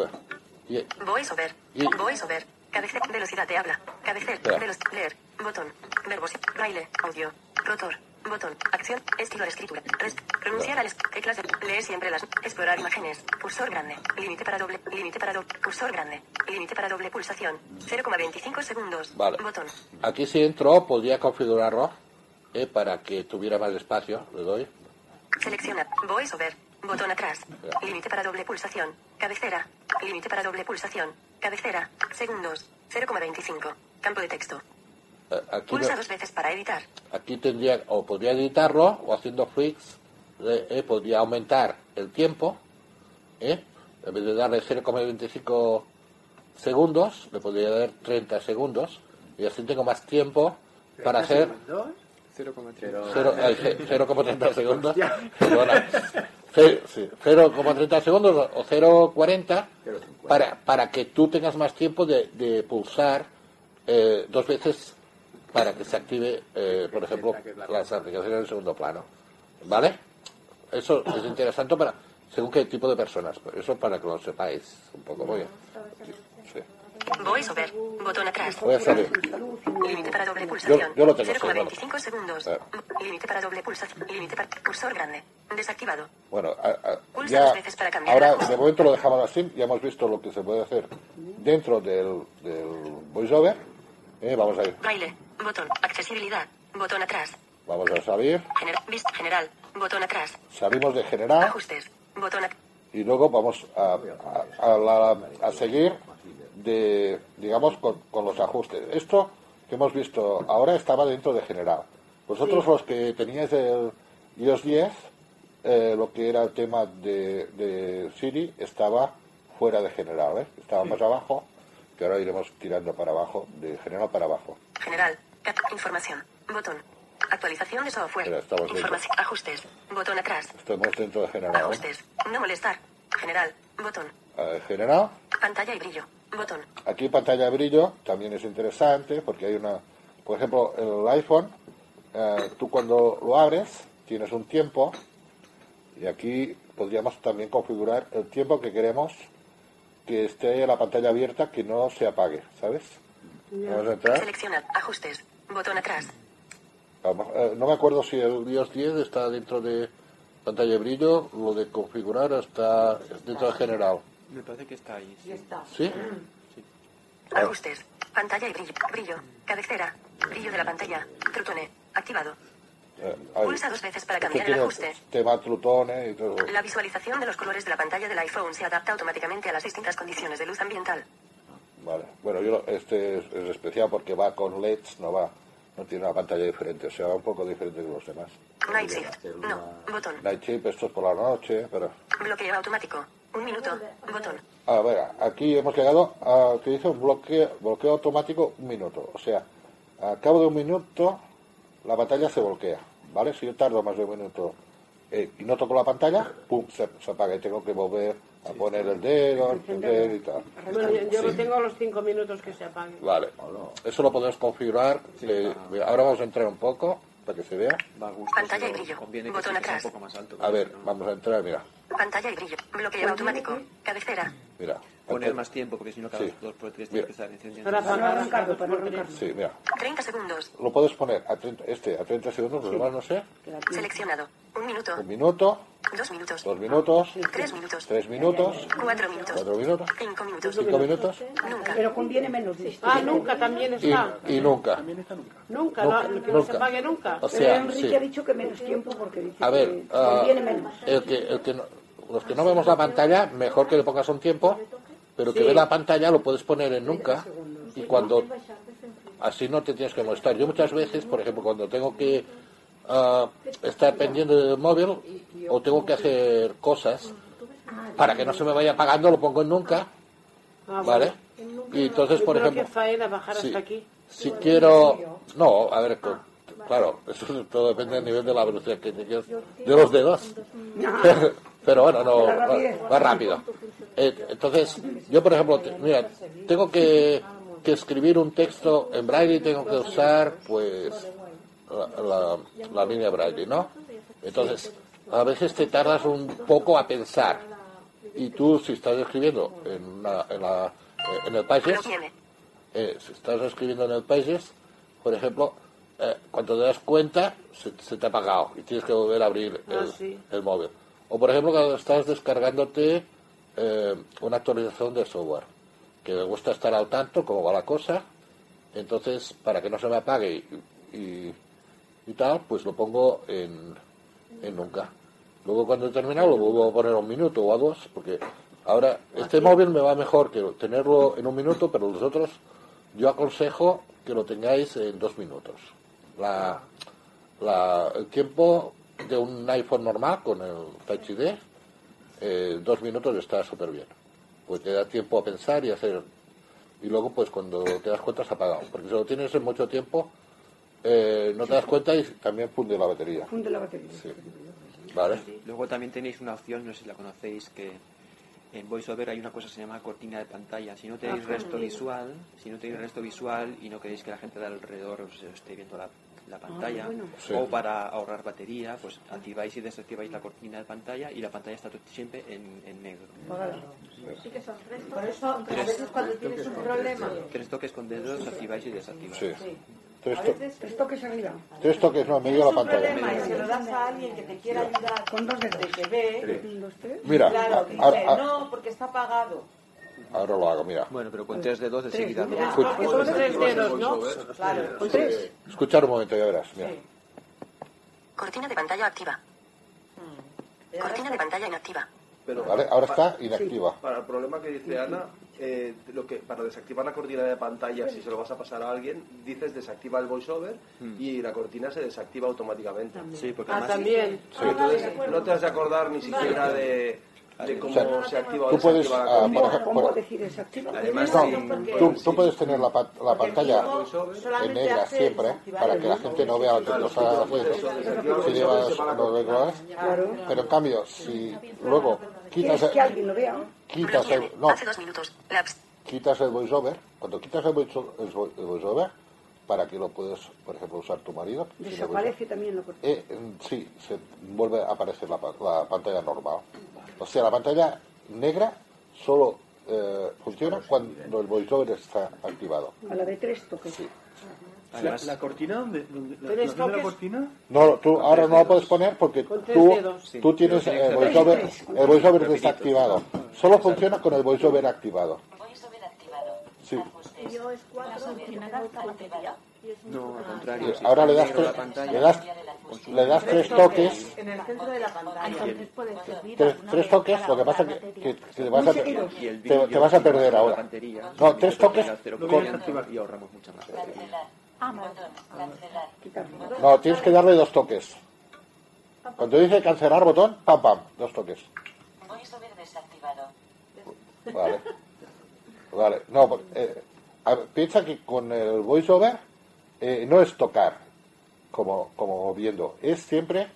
S2: Y- y-
S6: Voice over.
S2: Y-
S6: Voice over. Cabece- Velocidad de habla. Cabece.
S2: Espera.
S6: velo- Leer. Botón. Verbos. Braille. Audio. Rotor. Botón. Acción. Estilo de escritura. Rest. Pronunciar al. es- Teclas de. Leer siempre las. Explorar imágenes. Cursor grande. Límite para doble. Límite para doble. Cursor grande. Límite para doble pulsación. 0,25 segundos.
S2: Vale.
S6: Botón.
S2: Aquí si entro podría configurarlo eh, para que tuviera más espacio, le doy.
S6: Selecciona. Voice over. Botón atrás.
S2: Ya.
S6: Límite para doble pulsación. Cabecera. Límite para doble pulsación. Cabecera. Segundos. 0,25. Campo de texto.
S2: Eh, aquí,
S6: Pulsa
S2: no-
S6: dos veces para editar.
S2: aquí tendría, o podría editarlo, o haciendo flicks, eh, eh, podría aumentar el tiempo, ¿eh? en vez de darle 0,25 segundos, le podría dar 30 segundos, y así tengo más tiempo para hacer 0, ay, ce- 0,30 segundos. Perdona. Ce- sí, 0,30 segundos o 0,40 para, para que tú tengas más tiempo de, de pulsar eh, dos veces para que se active, eh, por ejemplo, las aplicaciones en segundo plano. ¿Vale? Eso es interesante para según qué tipo de personas. Eso para que lo sepáis un poco. Voy a, sí.
S6: Voice over. Botón atrás.
S2: Voy a salir.
S6: Límite para doble pulsación.
S2: Yo- yo lo tengo,
S6: 0,25 segundos.
S2: Eh.
S6: Límite para doble pulsación. Límite para cursor grande. Desactivado.
S2: Bueno, a- a-
S6: Pulsa
S2: ya
S6: dos veces para cambiar
S2: ahora
S6: la voz.
S2: de momento lo dejamos así, ya hemos visto lo que se puede hacer dentro del, del voiceover. Eh, vamos a ir,
S6: Braille. Botón. Accesibilidad. Botón atrás.
S2: vamos a salir,
S6: Gener- vis- general. Botón atrás.
S2: salimos de general
S6: Ajustes. Botón atrás.
S2: y luego vamos a, a- a la- a seguir de digamos con, con los ajustes. Esto que hemos visto ahora estaba dentro de general. Vosotros
S11: Sí.
S2: los que teníais el iOS 10, eh, lo que era el tema de, de Siri estaba fuera de general, ¿eh? estaba más abajo, que ahora iremos tirando para abajo, de general para abajo.
S6: General. Cap- Información. Botón. Actualización de software.
S2: Espera, estamos dentro.
S6: Información. Ajustes. Botón atrás.
S2: Estamos dentro de general. ¿eh?
S6: Ajustes. No molestar. General. Botón.
S2: Eh, general,
S6: Pantalla y brillo. Botón.
S2: aquí pantalla de brillo también es interesante porque hay una, por ejemplo, el iPhone, eh, tú cuando lo abres tienes un tiempo y aquí podríamos también configurar el tiempo que queremos que esté la pantalla abierta, que no se apague, ¿sabes? Vamos a entrar.
S6: Selecciona. Ajustes. Botón atrás.
S2: Vamos, eh, no me acuerdo si el iOS 10 está dentro de pantalla de brillo, lo de configurar está dentro de general.
S5: Me parece que está ahí.
S6: Ya está.
S2: ¿Sí?
S6: Mm. Ajustes. Pantalla y brillo. Brillo. Cabecera. Brillo de la pantalla. Trutone. Activado.
S2: Eh, ahí.
S6: Pulsa dos veces para
S2: Es que
S6: cambiar el
S2: tiene
S6: ajuste.
S2: Tema trutones y todo.
S6: La visualización de los colores de la pantalla del iPhone se adapta automáticamente a las distintas condiciones de luz ambiental.
S2: Vale. Bueno, yo lo- este es, E es especial porque va con LEDs, no va, no tiene una pantalla diferente, o sea, va un poco diferente que los demás.
S6: Night shift. No. Botón.
S2: Night shift, esto es por la noche, pero...
S6: Bloqueo automático. Un minuto. Botón.
S2: A ver, aquí hemos llegado a que dice un bloqueo, bloqueo automático un minuto. O sea, al cabo de un minuto la pantalla se bloquea, ¿vale? Si yo tardo más de un minuto eh, y no toco la pantalla, ¡pum! Se, se apaga y tengo que volver a poner el dedo, encender y tal.
S12: Bueno, yo, yo lo
S2: Sí.
S12: tengo a los cinco minutos que se apague.
S2: Vale, eso lo podemos configurar. eh, Ahora vamos a entrar un poco para que se vea.
S6: Pantalla y brillo. Botón atrás.
S2: A ver, vamos a entrar, mira,
S6: Pantalla y brillo. Bloqueo automático. Cabecera.
S2: mira.
S5: Poner más tiempo, porque si no cada
S2: Sí.
S5: dos por tres tiene que estar encendiendo.
S12: Para arrancar, para
S2: Sí, mira.
S6: 30 segundos.
S2: Lo puedes poner a 30, este a 30 segundos, los demás no sé.
S6: Seleccionado. Un minuto.
S2: Un minuto,
S6: Dos minutos.
S2: dos minutos,
S6: Tres minutos.
S2: tres minutos,
S6: Cuatro minutos.
S2: cuatro minutos
S6: Cinco minutos.
S2: Cinco minutos.
S6: Nunca.
S8: Pero conviene menos. dice.
S12: Ah, nunca también
S2: y,
S12: está.
S2: y nunca.
S12: Nunca,
S2: Nunca,
S12: no, que no
S2: nunca.
S12: se apague nunca.
S2: O sea,
S8: Enrique
S2: sí.
S8: ha dicho que menos tiempo porque dice
S2: A ver,
S8: que
S2: ah,
S8: conviene menos.
S2: el que, el que no- los que no vemos la pantalla, mejor que le pongas un tiempo, pero que
S8: Sí.
S2: ve la pantalla lo puedes poner en nunca y cuando así no te tienes que molestar. Yo muchas veces, por ejemplo, cuando tengo que ah, estar pendiente del móvil o tengo que hacer cosas para que no se me vaya apagando, lo pongo en nunca,
S12: Ah, bueno.
S2: ¿vale? Y entonces,
S12: Yo
S2: por
S12: creo
S2: ejemplo,
S12: que faena bajar
S2: sí.
S12: hasta aquí.
S2: si quiero... No, a ver, co- claro, eso todo depende del nivel de la velocidad que tengas de los dedos.
S8: Ah,
S2: Pero bueno, no,
S8: La
S2: va,
S8: rapidez.
S2: va rápido. Eh, entonces, yo por ejemplo, te- mira, tengo que, que escribir un texto en braille y tengo que usar, pues, la, la- la línea braille, ¿no? Entonces, a veces te tardas un poco a pensar. Y tú, si estás escribiendo en, una- en, la- eh, en el Pages, eh, si estás escribiendo en el Pages, por ejemplo, eh, cuando te das cuenta, se, se te ha apagado y tienes que volver a abrir el,
S12: Ah, sí.
S2: el móvil. O, por ejemplo, cuando estás descargándote eh, una actualización de software, que me gusta estar al tanto, cómo va la cosa, entonces, para que no se me apague y, y- y tal, pues lo pongo en, en nunca. Luego cuando he terminado lo vuelvo a poner a un minuto o a dos, porque ahora este móvil me va mejor que tenerlo en un minuto, pero los otros yo aconsejo que lo tengáis en dos minutos. La, la- el tiempo de un iPhone normal con el Touch ID, eh, dos minutos está súper bien. Pues te da tiempo a pensar y hacer... Y luego pues cuando te das cuenta se ha apagado, porque si lo tienes en mucho tiempo eh, no te das cuenta y también funde la batería.
S8: Funde la batería.
S2: Vale.
S5: Luego también tenéis una opción, no sé si la conocéis, que en VoiceOver hay una cosa que se llama cortina de pantalla. Si no tenéis
S15: Ah,
S5: resto
S15: sí.
S5: visual, si no tenéis resto visual y no queréis que la gente de alrededor os esté viendo la, la pantalla,
S15: Ah, bueno. Sí.
S5: o para ahorrar batería, pues activáis y desactiváis la cortina de pantalla y la pantalla está to- siempre en, en negro.
S3: Sí que son tres.
S9: Por eso, a veces cuando tienes un problema.
S5: Tres toques con dedos, activáis y desactiváis.
S2: Sí.
S9: A
S2: Tres, to-
S9: veces
S8: Tres toques arriba.
S2: tres toques, no, medio
S9: Es
S2: la
S9: un
S2: pantalla.
S9: problema y se lo das a alguien que te quiera ayudar con dos dedos que ve.
S2: Sí.
S9: Un, dos, tres.
S2: Mira,
S9: claro, que
S2: a- a-
S9: dice,
S2: a-
S9: no, porque está apagado.
S2: Ahora lo hago, mira.
S5: Bueno, pero con tres dedos de
S9: Tres,
S5: seguida.
S9: mira,
S5: ¿no?
S9: porque son tres dedos, ¿no? Claro,
S12: Pues
S2: Sí. Escuchar un momento, ya verás. Mira.
S6: Cortina de pantalla activa. Cortina de pantalla inactiva.
S11: Pero-
S2: Vale, ahora está inactiva.
S11: Para el problema que dice Ana, eh, lo que, para desactivar la cortina de pantalla, si se lo vas a pasar a alguien, dices desactiva el voiceover y la cortina se desactiva automáticamente.
S5: Sí, porque
S12: Ah, además- también. Sí. Ah, vale, de acuerdo.
S11: no te has de acordar ni siquiera de, de cómo
S2: O sea,
S11: se activa o
S2: tú puedes,
S11: desactiva
S2: ah,
S11: la
S2: por-
S11: cortina.
S8: ¿Cómo decir desactiva?
S11: Además,
S2: No,
S11: sí, porque-
S2: tú, tú puedes tener la, pa- la pantalla
S12: ¿eh?
S11: vivo
S2: en
S11: solamente
S2: negra
S11: hace
S2: siempre ¿eh?
S11: desactivar
S2: para
S11: el
S2: que la
S11: vivo.
S2: gente no vea lo que
S11: Claro,
S2: nos haga la
S11: sí,
S2: fuente.
S11: eso, desactivar
S2: si
S11: el
S2: llevas
S11: vivo se va a la
S2: los dedos. ¿eh?
S8: Claro.
S2: Pero en cambio, si luego quitas
S8: ¿Quieres
S2: el,
S8: que alguien lo vea?
S2: quitas el, no,
S6: Hace dos minutos. Laps.
S2: quitas el voiceover, cuando quitas el voice- el vo- el voiceover, para que lo puedes, por ejemplo, usar tu marido. si no voiceover.
S8: Desaparece también la cortina.
S2: Eh, mm, sí, se vuelve a aparecer la, pa- la pantalla normal. O sea, la pantalla negra solo eh, funciona
S5: Pues
S2: cuando el voiceover está activado.
S8: A la de tres toques.
S7: La, la cortina, ¿dónde? dónde- la,
S8: Tres
S7: la- la
S8: toques.
S7: cortina?
S2: No, tú ahora no la puedes poner porque
S7: tres
S2: tú,
S7: dedos, sí.
S2: tú tienes
S7: Pero tiene
S2: el
S7: que ser
S2: voiceover,
S7: tres, con
S2: el voiceover desactivado. Solo funciona con el voiceover activado. Sí.
S16: Yo es cuatro, tiene alta batería.
S5: No, al
S2: Eh,
S5: contrario. si
S2: Ahora le das,
S5: está en negro
S2: tres,
S5: la pantalla,
S2: le das, Pues le das tres toques,
S3: En el centro de la pantalla.
S16: Entonces puede servir
S2: tres,
S16: alguna
S2: tres
S16: vez
S2: toques,
S16: para
S2: lo que pasa
S16: ahorrar
S2: que, que-
S16: batería.
S2: que te, vas a,
S16: Muy
S2: te,
S16: seguido.
S5: Y el
S2: te- te vas a perder ahora. No, tres toques con,
S5: y ahorramos mucha más batería.
S16: Ah, vale.
S2: No, tienes que darle dos toques. Cuando dice cancelar botón, pam, pam, dos toques.
S16: VoiceOver desactivado.
S2: Vale. Vale. No, porque, eh, a ver, piensa que con el voiceover eh, no es tocar, como, como viendo, es siempre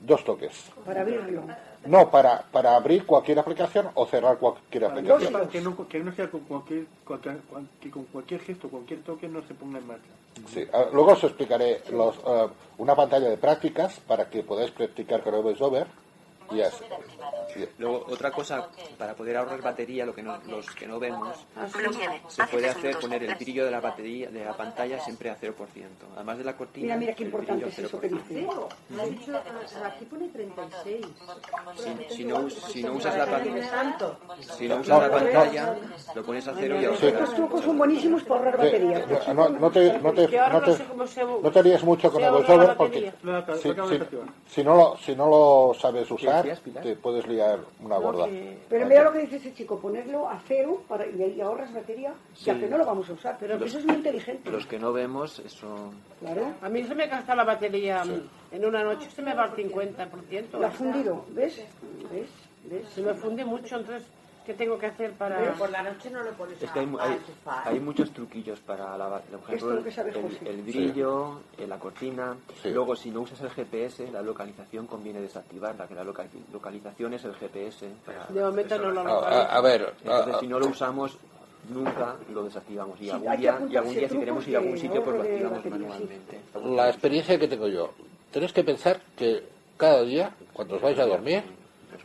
S2: dos toques.
S8: Para abrirlo.
S2: No, para, para abrir cualquier aplicación o cerrar cualquier aplicación.
S7: Que no, que no sea con cualquier, cualquier- cual- que con cualquier gesto, cualquier toque no se ponga en marcha.
S2: Sí, ah, Luego os explicaré los, eh, una pantalla de prácticas para que podáis practicar con el voiceover. Y así.
S5: Luego, otra cosa, para poder ahorrar batería, lo que no, los que no vemos, se puede hacer poner el brillo de la batería, de la pantalla, siempre a 0%. Además de la cortina.
S8: Mira, mira qué
S5: el brillo
S8: importante es eso que
S5: 0%.
S8: dice.
S10: Has dicho, ah, aquí pone 36.
S5: Si, si no, us- si no usas la pantalla,
S8: Tanto.
S5: si no usas la
S2: No, no, no.
S5: pantalla, lo pones a cero y ahorras.
S8: Estos trucos son buenísimos para ahorrar batería.
S2: No, no- no te, no, te,
S8: Yo ahora
S2: no,
S8: no
S2: te,
S8: sé cómo se-
S2: no te líes mucho con
S8: se
S2: el
S8: ahorra
S2: voiceover
S8: la
S2: porque
S8: batería.
S7: Lo acabo-
S2: si,
S7: lo acabo de
S2: si-
S7: activar.
S2: si no lo, si no lo sabes
S7: decías,
S2: usar,
S7: Pilar?
S2: te puedes liar una gorda.
S5: Eh,
S8: Pero mira lo que dice ese chico, ponerlo a cero para, y ahí ahorras batería, ya
S5: Sí.
S8: que no lo vamos a usar. Pero que eso es muy inteligente.
S5: Los que no vemos, eso.
S8: Claro.
S12: A mí se me ha gastado la batería mm, en una noche, se me va al 50%.
S8: Lo ha fundido, ¿ves? ¿Ves? ¿Ves?
S12: Se me funde mucho, entonces, ¿qué tengo que hacer para...?
S8: Pero por la
S12: noche no lo pones
S15: Es que hay, mu-
S12: Ah,
S15: hay- hay muchos truquillos para la ba- por
S8: Esto es lo que sabe
S15: el,
S8: José.
S15: el brillo, eh, la cortina. Luego, si no usas el GPS, la localización conviene desactivarla, que la loca- localización es el GPS. para-
S12: De momento no lo
S2: Ah,
S15: Eso-
S12: localizo. A- a ver,
S15: Entonces,
S12: a-
S15: si no lo usamos, nunca lo desactivamos. Y
S12: Sí,
S15: algún
S12: hay que
S15: día, y algún
S12: apuntarse
S15: día si queremos ir a algún
S12: trucos
S15: sitio,
S12: de
S15: pues lo
S12: ahorro de
S15: activamos
S12: batería, sí.
S15: manualmente.
S2: La experiencia que tengo yo, tenéis que pensar que cada día, cuando os vais a dormir,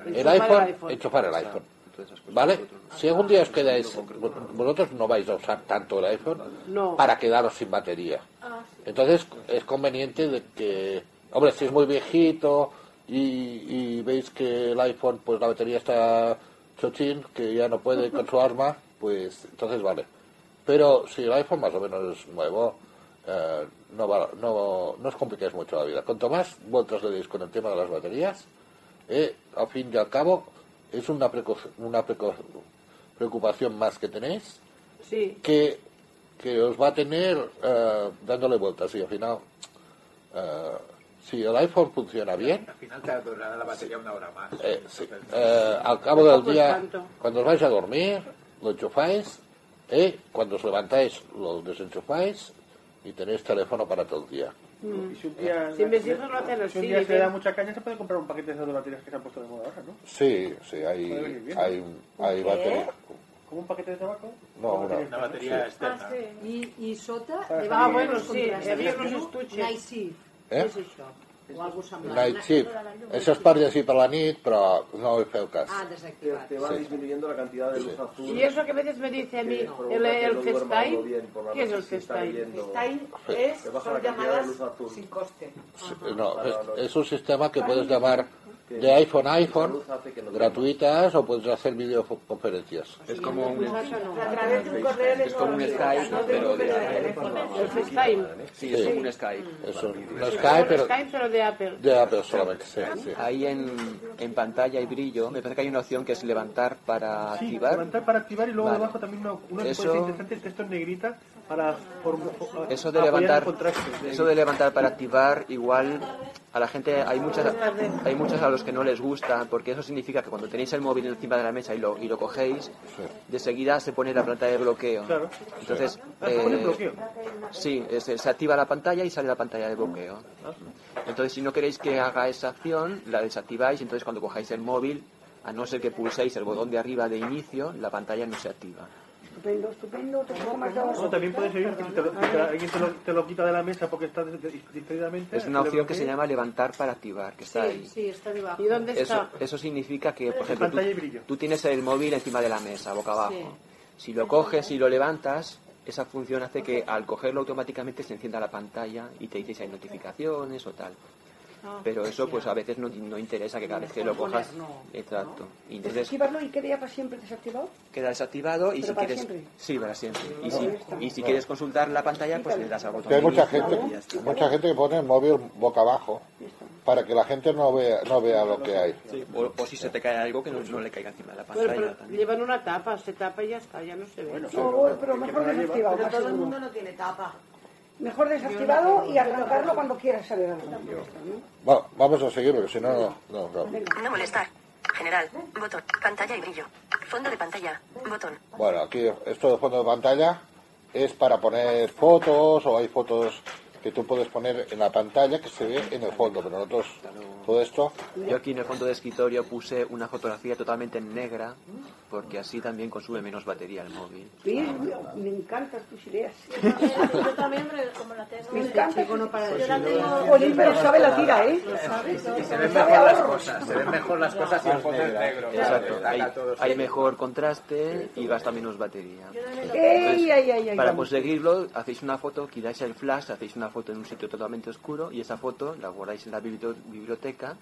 S2: el
S5: Enchufar el
S2: iPhone,
S5: iPhone.
S2: enchufar el iPhone.
S5: Todas esas cosas.
S2: ¿Vale? Si algún día os quedáis, vosotros no vais a usar tanto el iPhone
S12: No.
S2: para quedaros sin batería.
S12: Ah,
S2: Entonces es conveniente de que, hombre, si es muy viejito y, y veis que el iPhone, pues la batería está chochín, que ya no puede con su arma, pues entonces vale. Pero si el iPhone más o menos es nuevo, eh, no, va- no, no os compliquéis mucho la vida. Cuanto más vueltas le deis con el tema de las baterías, eh, al fin y al cabo, es una, preco- una preco- preocupación más que tenéis
S12: Sí.
S2: que, que os va a tener eh, dándole vueltas y al final eh, si el iPhone funciona bien
S13: Al final te durará la batería una hora más.
S2: eh, sí, eh, al cabo del día cuando os vais a dormir lo enchufáis eh, cuando os levantáis lo desenchufáis y tenéis teléfono para todo el día
S7: Y si un día,
S12: Si mis hijos lo hacen
S7: si
S12: así,
S7: un día se
S12: dicen-
S7: da mucha caña, se puede comprar un paquete de esas de baterías que se han puesto de moda ahora, ¿no?
S2: sí sí hay
S7: Puede venir bien.
S2: hay, hay
S7: ¿Qué?
S2: batería
S7: Como un paquete de tabaco.
S2: no una,
S7: Una batería
S2: sí.
S7: externa.
S10: Y, y Sota
S7: Ah,
S10: de Baviera
S12: bueno,
S10: nos
S12: sí,
S10: contrasta,
S12: había
S10: ¿no?
S12: unos estuches.
S10: Night Shift.
S2: ¿Eh?
S10: ¿Qué es això? O algo semblant.
S2: Night shift. Això es per llegir per la nit, però no hi feu cas.
S10: Ah,
S11: Te,
S10: desactivat.
S11: te va
S2: Sí.
S11: disminuyendo la cantidad de luz azul.
S12: Y eso que a veces me dice a mí,
S11: que provoca
S12: el,
S11: que
S12: el
S11: no duerma
S12: Festai,
S11: uno bien por la
S12: ¿qué es
S11: noche
S12: el
S11: si está
S12: Festai?
S11: viviendo-
S3: Festai
S2: Sí.
S3: es,
S11: Te baja
S3: son
S11: la cantidad de
S3: llamadas
S11: luz azul.
S3: sin coste.
S2: Sí, No, es, es un sistema que puedes llamar de iPhone a iPhone, gratuitas, o puedes hacer videoconferencias.
S5: Es como un,
S3: A través de un correo
S5: es como un
S3: electrónico,
S5: Skype,
S3: no de un
S5: pero
S3: número de
S5: de
S3: teléfono.
S12: El FaceTime.
S5: Sí, es como un Skype.
S2: Es un,
S5: Pero-
S2: un Skype, pero
S12: Skype, pero de Apple.
S2: de Apple solamente. Sí, sí.
S5: Ahí en, en pantalla y brillo, me parece que hay una opción que es levantar para
S7: Sí,
S5: activar.
S7: levantar para activar y luego
S5: Vale.
S7: debajo también una, una
S5: Eso-
S7: cosa interesante, el texto en negrita, para por-
S5: Eso
S7: apoyar
S5: de
S7: el
S5: levantar,
S7: contraste.
S5: eso de levantar para activar, igual a la gente hay muchas, hay muchas a los que no les gusta, porque eso significa que cuando tenéis el móvil encima de la mesa y lo, y lo cogéis, de seguida se pone la pantalla de bloqueo.
S7: Claro.
S5: Entonces,
S7: Ah, se pone
S5: eh,
S7: bloqueo.
S5: sí, es- se activa la pantalla y sale la pantalla de bloqueo. Entonces, si no queréis que haga esa acción, la desactiváis. Entonces, cuando cojáis el móvil, a no ser que pulséis el botón de arriba de inicio, la pantalla no se activa.
S8: Estupendo, estupendo. Otro programa que ahorra.
S7: No, también puede servir que te lo- que alguien te lo, te lo quita de la mesa porque está dis- dis- distraídamente.
S5: Es una
S7: le
S5: opción que se
S7: bloquea.
S5: llama levantar para activar, que está ahí.
S10: Sí, está debajo.
S12: ¿Y dónde
S5: Eso,
S12: está?
S5: eso significa que, por ejemplo, tú,
S7: pantalla y brillo.
S5: tú tienes el móvil encima de la mesa, boca abajo. Si lo coges y lo levantas, esa función hace que al cogerlo automáticamente se encienda la pantalla y te dice si hay notificaciones o tal. Pero eso pues a veces no, no interesa que cada vez que lo
S10: Mejor
S5: cojas...
S10: poner no,
S5: Exacto. Y entonces
S8: Desactivarlo y queda ya para siempre desactivado.
S5: queda desactivado y
S8: ¿Pero
S5: si
S8: para
S5: quieres...
S8: siempre? Ah,
S5: Sí, para siempre. Y
S8: No,
S5: si,
S8: esta no.
S5: y si quieres consultar la pantalla, pues le das al botón.
S2: Que hay
S5: de
S2: mucha
S5: inicio y
S2: gente,
S5: ya está.
S2: mucha gente que pone el móvil boca abajo para que la gente no vea, no vea lo que hay.
S5: Sí, O, o si se te cae algo que no, no le caiga encima de la
S12: Bueno,
S5: pantalla.
S12: pero
S5: también.
S12: llevan una tapa, se tapa y ya está, ya no se ve.
S8: No, pero mejor desactivado,
S3: Pero
S8: más
S3: todo el
S8: seguro.
S3: mundo no tiene tapa.
S8: Mejor desactivado y arrancarlo cuando quieras saber algo.
S2: Va- vamos a seguir porque si no, no, no, no.
S6: No molestar. General. Botón. Pantalla y brillo. Fondo de pantalla. Botón.
S2: Bueno, aquí esto de fondo de pantalla es para poner fotos o hay fotos que tú puedes poner en la pantalla que se ve en el fondo, pero nosotros todo esto
S5: Yo aquí en el fondo de escritorio puse una fotografía totalmente en negra porque así también consume menos batería el móvil.
S8: ¿Ves? Me encantan tus ideas.
S17: Yo también, pero como la tengo.
S8: Me encanta.
S17: Chico, no para
S8: Pues
S17: yo la
S8: sí,
S17: tengo.
S8: no, Jolín, pero sabe la tira, ¿eh?
S17: Lo sabe todo.
S13: Y se ven mejor las cosas, se ven mejor las cosas si
S5: Más
S13: las pones
S5: negra.
S13: negro.
S5: Exacto.
S13: Claro,
S5: Hay,
S13: saca todo,
S5: hay
S13: sí.
S5: mejor contraste y gasta menos batería.
S8: ¡Ey, ay, ay, ay!
S5: Para
S8: ay.
S2: pues, eh,
S5: conseguirlo, hacéis una foto, quitáis el flash, hacéis una foto en un sitio totalmente oscuro y esa foto la guardáis en la biblio- biblioteca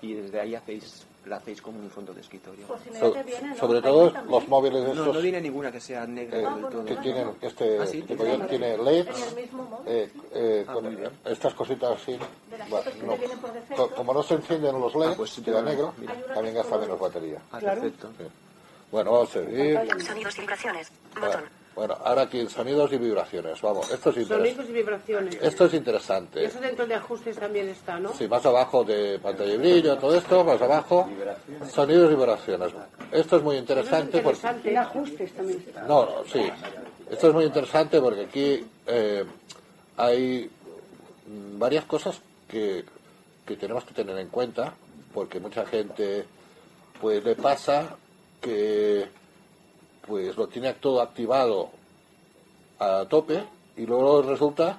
S5: y desde ahí hacéis la hacéis como un fondo de escritorio.
S17: Pues si me
S2: So-
S17: hace bien, ¿no?
S2: sobre
S17: Ahí
S2: todo
S17: también.
S2: los móviles
S5: No,
S2: estos
S5: no viene ninguna que sea negra
S2: eh,
S17: Ah,
S5: del todo.
S2: que tienen este
S5: Ah, sí,
S2: tipo
S5: tiene
S2: yo,
S5: LED.
S2: tiene LEDs,
S17: En el mismo móvil.
S2: eh, eh,
S5: Ah,
S2: con-
S5: muy bien.
S2: estas cositas así.
S17: De las
S2: bueno,
S17: fotos que
S2: no.
S17: te vienen por defecto.
S2: Co- Como no se encienden los LEDs,
S5: Ah, pues sí,
S2: queda
S5: claro.
S2: negro,
S5: Mira.
S2: también gasta menos batería.
S5: Ah,
S8: Claro.
S5: perfecto.
S2: Bueno, vamos a seguir.
S6: Sonidos y vibraciones.
S2: Bueno, bueno, ahora aquí sonidos y vibraciones. Vamos, esto es interesante.
S17: Sonidos y vibraciones.
S2: Esto es
S17: Y
S2: interesante.
S17: eso dentro de ajustes también está, ¿no?
S2: Sí, más abajo de pantalla y brillo, todo esto, más abajo, sonidos y vibraciones. Esto es muy interesante porque...
S8: Interesante. En ajustes también está.
S2: No, no, sí. Esto es muy interesante porque aquí eh, hay mm, varias cosas que, que tenemos que tener en cuenta porque mucha gente pues le pasa que pues lo tiene todo activado a tope y luego resulta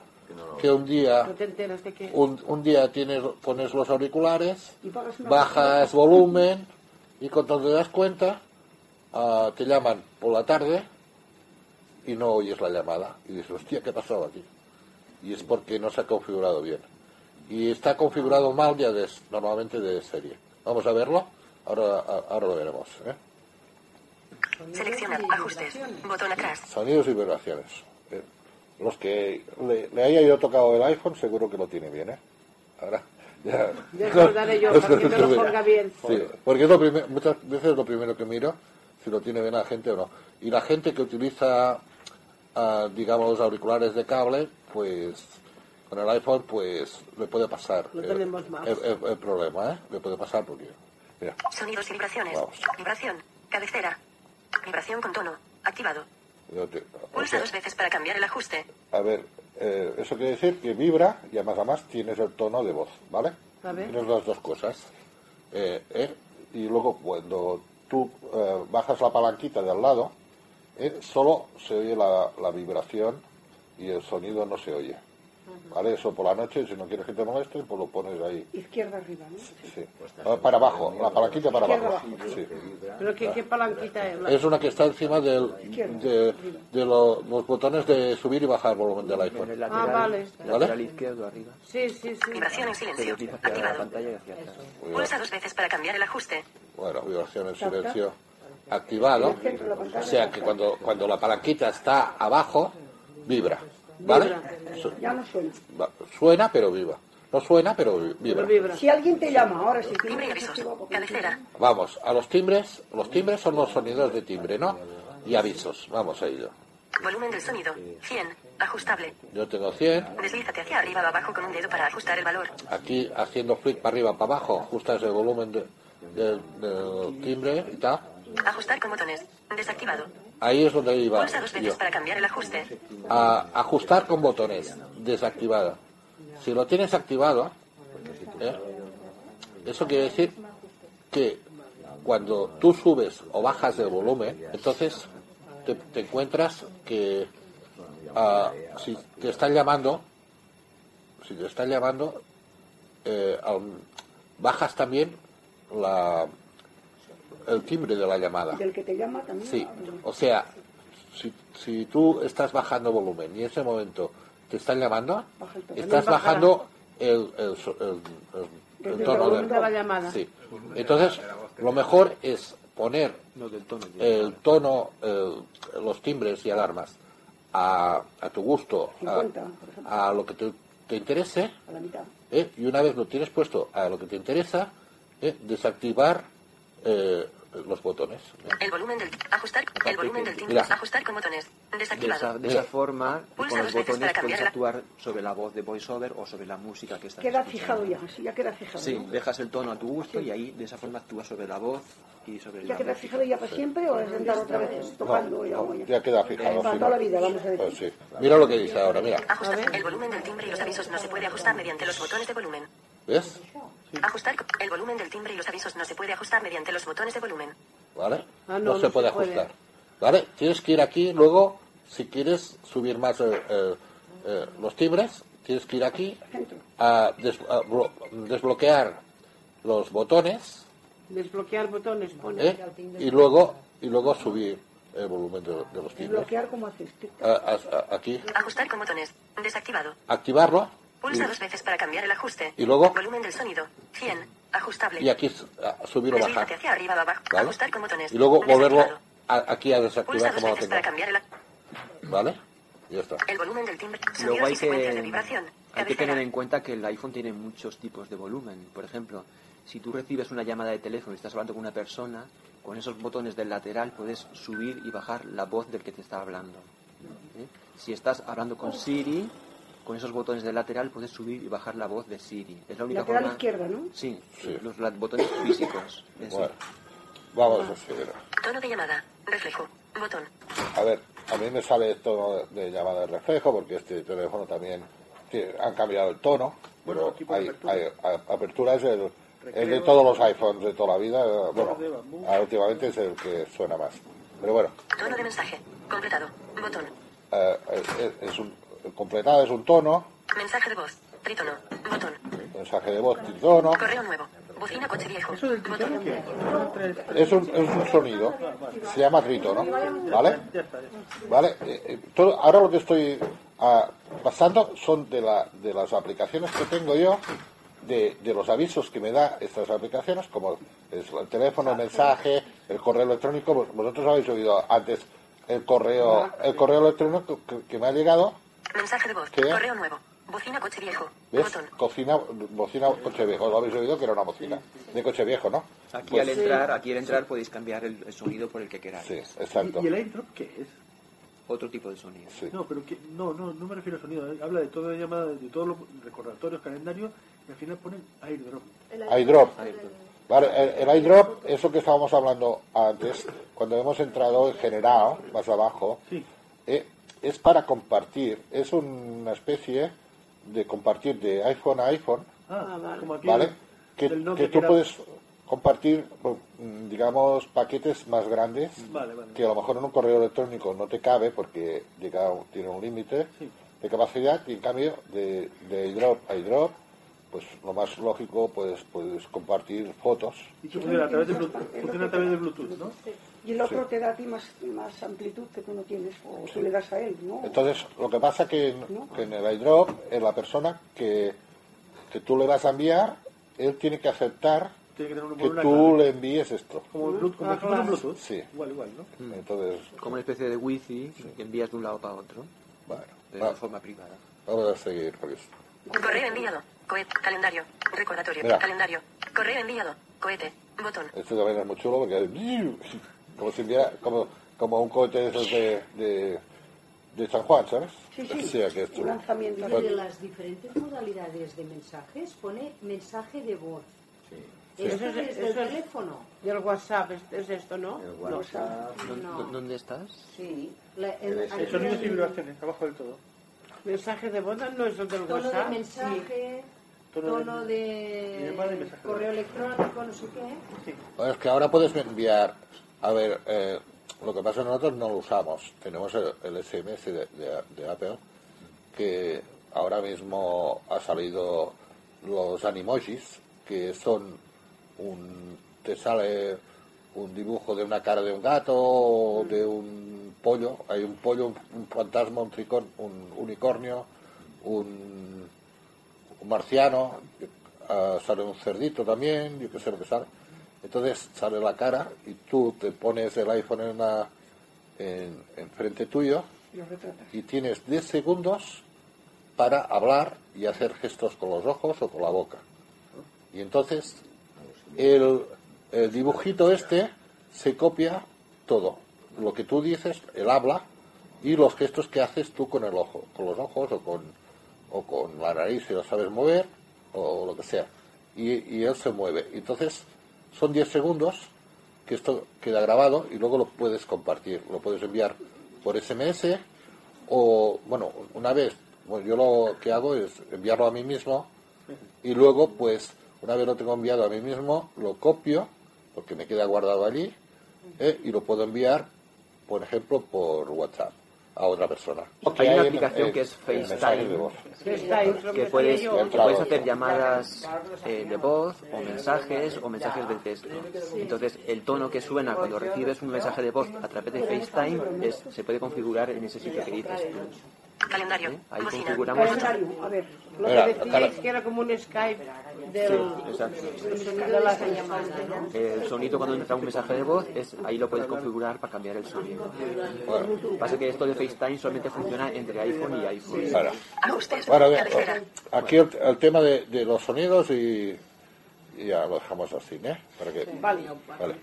S2: que un día
S17: No te enteras de que.
S2: un, un día tienes pones los auriculares
S8: Y pagas una
S2: bajas volumen y cuando te das cuenta ah, te llaman por la tarde y no oyes la llamada y dices, hostia, ¿qué ha pasado aquí? Y es porque no se ha configurado bien. Y está configurado mal ya de, normalmente de serie. Vamos a verlo, ahora, a- ahora lo veremos. ¿eh?
S6: Selecciona. Ajustes. Botón atrás.
S2: Sonidos y vibraciones. ¿eh? Los que le, le haya yo tocado el iPhone seguro que lo tiene bien. ¿eh? Ahora ya...
S17: Ya acordaré yo, para que me lo ponga bien.
S2: Sí, porque es lo primer- muchas veces es lo primero que miro, si lo tiene bien la gente o no. Y la gente que utiliza, ah, digamos, auriculares de cable, pues con el iPhone, pues le puede pasar.
S17: No
S2: eh,
S17: tenemos más.
S2: El, el- el problema, ¿eh? Le puede pasar porque. Mira,
S6: Sonidos y vibraciones.
S2: Vamos.
S6: Vibración. Cabecera. Vibración con tono. Activado.
S2: yo te- o
S6: Pulsa
S2: sea,
S6: dos veces para cambiar el ajuste.
S2: a ver, eh, eso quiere decir que vibra y además, además tienes el tono de voz, ¿vale?
S17: A ver.
S2: Tienes las dos cosas. Eh, eh, y luego cuando tú eh, bajas la palanquita de al lado, eh, solo se oye la, la vibración y el sonido no se oye. ¿Vale? Eso por la noche, si no quieres que te moleste, pues lo pones ahí.
S8: Izquierda arriba, ¿no?
S2: sí. Ah, Para abajo, la palanquita para
S8: Izquierda
S2: abajo. Sí.
S17: Pero que, qué palanquita es.
S2: Es una que está encima del,
S8: Izquierda,
S2: de, de lo- los botones de subir y bajar volumen del iPhone.
S5: El
S17: Ah,
S5: lateral,
S17: vale.
S5: el lateral izquierdo arriba.
S17: Sí, sí, sí.
S6: Vibración en
S5: Se
S6: silencio.
S5: desliza hacia la
S6: Activado.
S5: pantalla y hacia atrás.
S6: Pulsa dos veces para cambiar el ajuste.
S2: Bueno, vibración en
S8: Tap, tap.
S2: silencio activado. O sea que cuando, cuando la palanquita está abajo, vibra. ¿Vale? Su-
S8: Ya no suena.
S2: va- Suena, pero vibra. No suena, pero vi- vibra.
S17: Vibra.
S8: Si alguien te llama ahora, si tienes
S6: Timbre y avisos. Cabecera.
S2: Vamos, a los timbres. Los timbres son los sonidos de timbre, ¿no? Y avisos. Vamos a ello.
S6: Volumen del sonido. 100. Ajustable.
S2: Yo tengo 100.
S6: Deslízate hacia arriba o abajo con un dedo para ajustar el valor.
S2: Aquí haciendo flick para arriba, para abajo, ajustas el volumen de- del- del timbre y tal.
S6: Ajustar con botones. Desactivado.
S2: Ahí es donde iba
S6: Pulsa dos
S2: yo. Ah.
S6: veces para cambiar el ajuste.
S2: a ajustar con botones desactivado. Si lo tienes activado, ¿eh? eso quiere decir que cuando tú subes o bajas el volumen, entonces te, te encuentras que ah, si te están llamando, si te están llamando, eh, al- bajas también la, el timbre de la llamada.
S8: Del que te llama también. ah,
S2: Sí, o sea, si, si tú estás bajando volumen y en ese momento te están llamando,
S8: Baja el tono.
S17: También
S2: estás
S17: bajará.
S2: bajando el, el so- el- el- el
S8: Desde el
S2: tono
S8: volumen
S17: de la llamada.
S2: Sí. Entonces, lo mejor es poner
S5: No, del tono. ya.
S2: el tono, el- los timbres y alarmas a, a tu gusto,
S8: Cincuenta, por ejemplo.
S2: a, a lo que te, te interese,
S8: A la mitad.
S2: ¿eh? y una vez lo tienes puesto a lo que te interesa, ¿eh? desactivar eh, los botones. ¿eh?
S6: El volumen del ajustar
S2: Aparte
S6: el volumen
S2: que-
S6: del timbre
S2: mira.
S6: ajustar con botones
S5: De esa,
S6: desactivado.
S5: de esa forma,
S6: Pulsa
S5: con los
S6: dos veces
S5: botones
S6: para
S5: puedes
S6: cambiar la-
S5: actuar sobre la voz de voiceover o sobre la música que estás
S8: Queda fijado
S5: escuchando.
S8: ya, sí, ya queda fijado.
S5: Sí,
S8: ¿no?
S5: dejas el tono a tu gusto y ahí de esa forma actúas sobre la voz y sobre
S8: ¿Ya
S5: la
S8: queda
S5: música.
S8: fijado ya para siempre o es andar otra vez tocando? ya,
S2: No,
S8: voy a-
S2: ya queda fijado.
S8: Para
S2: sí, no.
S8: toda la vida, vamos a decir.
S2: Pues sí. Mira lo que dice ahora, mira.
S6: Ajustar el volumen del timbre y los avisos no se puede ajustar mediante los botones de volumen.
S2: ¿Ves?
S6: Ajustar el volumen del timbre y los avisos no se puede ajustar mediante los botones de volumen.
S2: ¿Vale?
S6: Ah, no,
S2: no,
S6: no
S2: se
S6: se
S2: puede
S6: puede.
S2: ajustar. ¿Vale? Tienes que ir aquí, luego, si quieres subir más eh, eh, eh, los timbres, tienes que ir aquí a, des- a blo- desbloquear los botones
S17: Desbloquear botones, pone.
S2: ¿eh? y luego y luego subir el volumen de, de los timbres.
S8: Desbloquear como haces tú.
S2: A- a- a- aquí,
S6: Ajustar con botones. Desactivado.
S2: activarlo
S6: Pulsa dos veces para cambiar el ajuste.
S2: ¿Y luego?
S6: Volumen del sonido. 100. Ajustable.
S2: y, y aquí su- a- subir o
S6: Deslízate
S2: bajar.
S6: hacia arriba o abajo.
S2: ¿Vale?
S6: Ajustar con botones.
S2: Y luego volverlo
S6: Desactivado.
S2: a- aquí a
S6: Pulsa
S2: desactivar
S6: dos
S2: como lo
S6: veces para
S2: tengo.
S6: cambiar el,
S2: ¿Vale? Ya está.
S6: el volumen del timbre.
S5: Luego
S6: Sonidos
S5: hay
S6: y secuencias
S2: eh,
S6: de
S5: que,
S6: vibración.
S5: hay que
S6: Cabecera.
S5: tener en cuenta que el iPhone tiene muchos tipos de volumen. Por ejemplo, si tú recibes una llamada de teléfono y estás hablando con una persona, con esos botones del lateral puedes subir y bajar la voz del que te está hablando. ¿eh? Si estás hablando con Siri, con esos botones del lateral puedes subir y bajar la voz de Siri. Es la única
S8: Lateral
S5: forma.
S8: izquierda, ¿no?
S5: Sí, los la- botones físicos. Eso.
S2: Bueno, vamos a seguir.
S6: Tono de llamada. Reflejo. Botón.
S2: A ver, a mí me sale esto de llamada de reflejo porque este teléfono también tiene- han cambiado el tono, pero hay, hay- a- apertura es el, el de
S7: Recreo.
S2: todos los iPhones de toda la vida, eh, bueno,
S7: de bambú.
S2: ahora últimamente es el que suena más. Pero bueno,
S6: Tono de mensaje. Completado. Botón.
S2: eh, eh, es un, completado es un tono,
S6: Mensaje de voz. Trítono. Botón.
S2: mensaje de voz, tono,
S6: Correo nuevo. Bocina coche viejo. Botón.
S2: es un, es un sonido, se llama tritono, ¿vale?
S7: Ya está, ya está.
S2: Vale, eh, eh, todo- ahora lo que estoy ah, pasando son de, la- de las aplicaciones que tengo yo, de, de los avisos que me da estas aplicaciones, como es el teléfono, el mensaje, el correo electrónico. Vos- Vosotros habéis oído antes el correo, el correo electrónico que, que me ha llegado,
S6: Mensaje de voz.
S2: ¿Qué?
S6: Correo nuevo. Bocina coche viejo.
S2: ¿ves?
S6: Botón.
S2: Cocina, bocina, coche viejo. Lo habéis oído que era una bocina de coche viejo, ¿no?
S5: Aquí
S2: Pues-
S5: al entrar, aquí al entrar podéis cambiar el, el sonido por el que queráis.
S2: Sí, exacto.
S7: ¿Y el airdrop qué es?
S5: Otro tipo de sonido.
S7: No, pero que, no, no, no me refiero al sonido. eh, Habla de todo de llamada, de todos los recordatorios, calendarios, y al final ponen airdrop.
S2: iDrop. Vale, el, el iDrop, eso que estábamos hablando antes, cuando hemos entrado en general, más abajo, eh, es para compartir, es una especie de compartir de iPhone a iPhone,
S7: Ah, como aquí.
S2: ¿vale? Que,
S7: del
S2: que
S7: Nokia
S2: tú
S7: era-
S2: puedes compartir, pues, mm, digamos, paquetes más grandes,
S7: Vale, vale.
S2: que a lo mejor en un correo electrónico no te cabe porque llega, un- tiene un límite de capacidad y en cambio de, de iDrop a iDrop, pues lo más lógico pues puedes compartir fotos.
S7: Y que funciona a través de Bluetooth, funciona a través de Bluetooth, ¿no?
S8: Y el otro te da a ti más, más amplitud que tú no tienes, o tú le das a él, ¿no?
S2: Entonces, lo que pasa que en, que en el iDrop, en la persona que, que tú le vas a enviar, él tiene que aceptar
S7: Tiene que tener un
S2: que
S7: una
S2: tú le envíes esto.
S7: Como Bluetooth, como si fuera un Bluetooth.
S2: Sí.
S7: Igual, igual, ¿no?
S2: Entonces,
S5: Como una especie de wifi que envías de un lado para otro. Pero
S2: va.
S5: de forma privada.
S2: vamos a seguir. porque es-
S6: Correo enviado. Cohete. Calendario. Recordatorio.
S2: Mira.
S6: Calendario. Correo enviado. Cohete. Botón.
S2: Esto también es muy chulo porque hace como si enviara, como, como un cohete de esos de, de, de San Juan, ¿sabes?
S10: Sí, sí.
S2: Decía que es chulo.
S10: Y de las diferentes modalidades de mensajes pone mensaje de voz.
S17: Eso
S10: Esto
S17: es-
S10: desde el
S17: eso es-
S10: teléfono.
S17: Del WhatsApp, es, es esto, ¿no?
S10: WhatsApp.
S5: ¿Dó-
S10: No.
S5: dó- ¿Dónde estás?
S10: Sí. La- el-
S7: El sonido y vibraciones, abajo del todo.
S17: Mensaje de boda no es el del
S10: tono de
S17: WhatsApp.
S10: mensaje,
S7: Tono de-
S10: tono
S7: Y
S10: de
S7: llamada y mensaje.
S10: correo electrónico, no sé qué.
S2: Bueno, es que ahora puedes enviar. A ver, eh, lo que pasa es que nosotros no lo usamos. Tenemos el, el SMS de, de- de Apple, que ahora mismo ha salido los animojis, que son un. te sale un dibujo de una cara de un gato o de un pollo. Hay un pollo, un, un fantasma, un, tricor- un unicornio, un, un marciano, ah, sale un cerdito también, yo qué sé lo que sale. Entonces sale la cara y tú te pones el iPhone en, la, en, en frente tuyo
S8: Lo retrata.
S2: y tienes 10 segundos para hablar y hacer gestos con los ojos o con la boca. Y entonces el, el dibujito este se copia todo. Lo que tú dices, el habla y los gestos que haces tú con el ojo, con los ojos o con, o con la nariz si lo sabes mover o lo que sea. Y, y él se mueve. Entonces, son 10 segundos que esto queda grabado y luego lo puedes compartir. Lo puedes enviar por SMS o, bueno, una vez, bueno, yo lo que hago es enviarlo a mí mismo y luego, pues, una vez lo tengo enviado a mí mismo, lo copio porque me queda guardado allí ¿eh? y lo puedo enviar, por ejemplo, por WhatsApp a otra persona.
S5: Porque hay una eh, aplicación que es FaceTime, que puedes, que puedes hacer llamadas eh, de voz o mensajes o mensajes de texto. Entonces, el tono que suena cuando recibes un mensaje de voz a través de FaceTime es- se puede configurar en ese sitio que dices tú.
S6: Calendario.
S5: ¿Eh? Ahí
S6: Bocina.
S5: configuramos.
S12: A ver, lo
S5: Mira,
S12: que decía
S5: acá-
S12: es que era como un Skype del
S5: Sí, exacto.
S12: del sonido de las llamadas, ¿no?
S5: El sonido cuando entra un mensaje de voz, es, ahí lo puedes configurar para cambiar el sonido. Pasa que esto de FaceTime solamente funciona entre iPhone y iPhone.
S2: Ahora.
S6: Ah,
S2: Bueno, a ver, oh, aquí el, el tema de, de los sonidos y, y ya lo dejamos así, ¿eh? Para que,
S8: Vale.
S2: vale.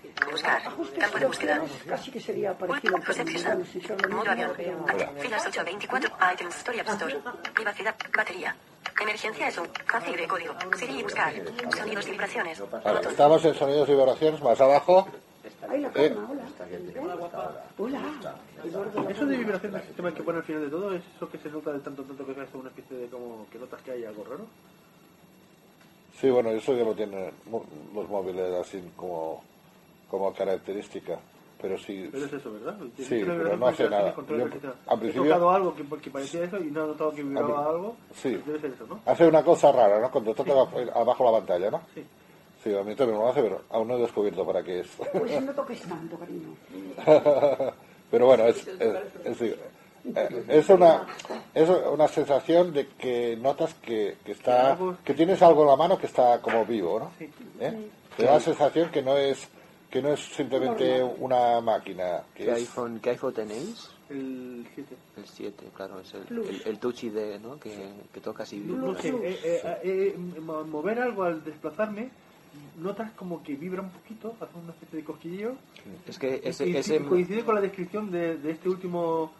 S8: Campo de búsqueda. Casi que sería parecido al que hicieron, si son lo mismo,
S6: Modo avión.
S8: pero-
S2: Hola.
S6: Filas 824. iTunes Store y App Store. Privacidad. Batería. Emergencia es un fácil de código. Siri y buscar. Sonidos y vibraciones.
S2: Ahora, estamos en sonidos y vibraciones, más abajo.
S8: Ay, la
S2: Eh,
S8: forma, hola. Hola.
S7: Eso de vibración del sistema que pone al final de todo, ¿es eso que se nota de tanto tanto que gasta una especie de como que notas que hay algo raro?
S2: sí, bueno, eso ya lo tienen mo- los móviles así como, como característica. Pero sí,
S7: Pero es eso, ¿verdad? Tiene
S2: Sí,
S7: que tener
S2: pero
S7: vibración
S2: no hace
S7: para
S2: nada.
S7: controlar el
S2: Yo,
S7: sistema.
S2: al
S7: He
S2: principio-
S7: tocado algo que, que parecía eso y no he notado que vibraba
S2: pri-
S7: algo.
S2: sí. Ah,
S7: Debe ser eso, ¿no?
S2: hace una cosa rara, ¿no? Cuando toca ab- abajo la pantalla, ¿no? Sí. a mí también lo hace, pero aún no he descubierto para qué es.
S8: Pues no toques tanto, cariño.
S2: Pero bueno, es, es, es- eh, es una es una sensación de que notas que, que está que tienes algo en la mano que está como vivo, ¿no? ¿Eh? Te da la sensación que no es que no es simplemente una máquina, que
S5: ¿Qué
S2: Ah, es
S5: iPhone, ¿Qué iPhone tenéis?
S7: El 7.
S5: El 7, claro, es el,
S7: Plus.
S5: el, el Touch ID, ¿no? Que, que tocas y
S7: No sé, eh, eh, eh, eh, mo- mover algo al desplazarme, notas como que vibra un poquito, hace una especie de cosquilleo.
S5: Es que Eh, ese-
S7: Y sí,
S5: ese-
S7: coincide con la descripción de, de este último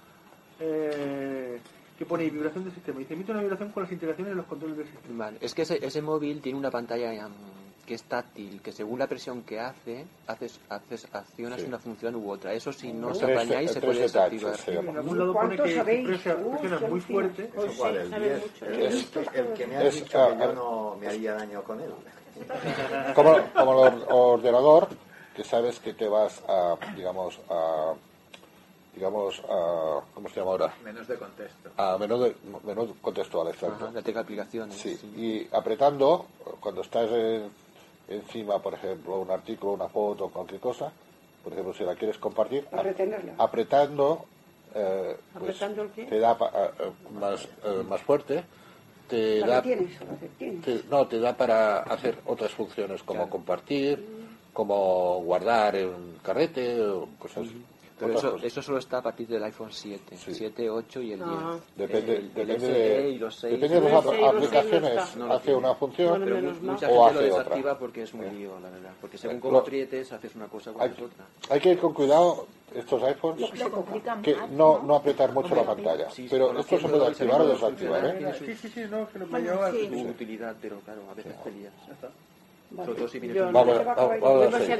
S7: eh, que pone vibración del sistema. Dice, emite una vibración con las integraciones de los controles del sistema.
S5: Vale, es que ese, ese móvil tiene una pantalla mm, que es táctil, que según la presión que hace, haces, haces acciones
S2: Sí.
S5: una función u otra. Eso si no
S2: El
S5: os
S2: tres-
S5: apañáis
S2: el
S5: se
S2: tres
S5: puede
S2: de touch,
S5: desactivar.
S2: se llama.
S7: En algún lado pone que presiona, presiona muy fuerte.
S18: ¿Eso cuál? El 10.
S5: ¿eh?
S18: El, el que me has
S2: Es- ah,
S18: dicho que yo no me haría daño con él.
S2: como, como el or- ordenador que sabes que te vas a digamos a digamos a ¿cómo se llama ahora?
S11: Menos de contexto.
S2: a menú, de, menú contextual, exacto.
S5: Ajá, la tecla aplicaciones.
S2: Sí, y apretando, cuando estás en- encima, por ejemplo, un artículo, una foto, cualquier cosa, por ejemplo, si la quieres compartir,
S12: Para retenerla.
S2: apretando, eh, pues,
S12: ¿Apretando el qué?
S2: te da pa- eh, eh, más, eh, más fuerte, te
S12: La
S2: da,
S12: retienes,
S2: te- no, te da para hacer otras funciones como compartir, como guardar en un carrete, o cosas así.
S5: Pero
S2: Otras
S5: eso,
S2: cosas.
S5: eso solo está a partir del iPhone 7, 7, 8 y el 10.
S2: Ah. Depende-
S5: el, el
S2: depende
S5: SE
S2: de-
S5: y los 6.
S2: depende de las El ap- 6 y los 6 no aplicaciones. está.
S5: No lo
S2: Hace
S5: tiene.
S2: una función
S5: Bueno,
S2: Pero
S5: menos
S2: mu-
S5: mal. mucha
S2: o
S5: gente lo
S2: hace otra. Eh.
S5: desactiva porque es un lío, la verdad. Porque según
S2: Lo-
S5: cómo aprietes, haces una cosa o haces
S2: Hay-
S5: otra.
S2: Hay que ir con cuidado estos iPhones,
S8: Se complica
S2: que
S8: más,
S2: no, no apretar mucho
S5: Hombre,
S2: la pantalla.
S5: sí, sí,
S2: Pero
S5: con
S2: esto se
S5: haciendo
S2: puede
S5: dos
S2: activar o
S5: segundos,
S2: desactivar,
S5: funciona,
S2: ¿eh?
S5: tiene su-
S7: Sí, sí, sí, no, que lo
S5: Bueno,
S7: llevaba
S5: sí.
S7: así.
S5: su utilidad, pero claro, a veces pelías.
S7: Vale.
S5: Sobre todo si vienes
S7: Yo
S5: un-
S7: no Vamos, sé va- cómo vamos a ir. hacer.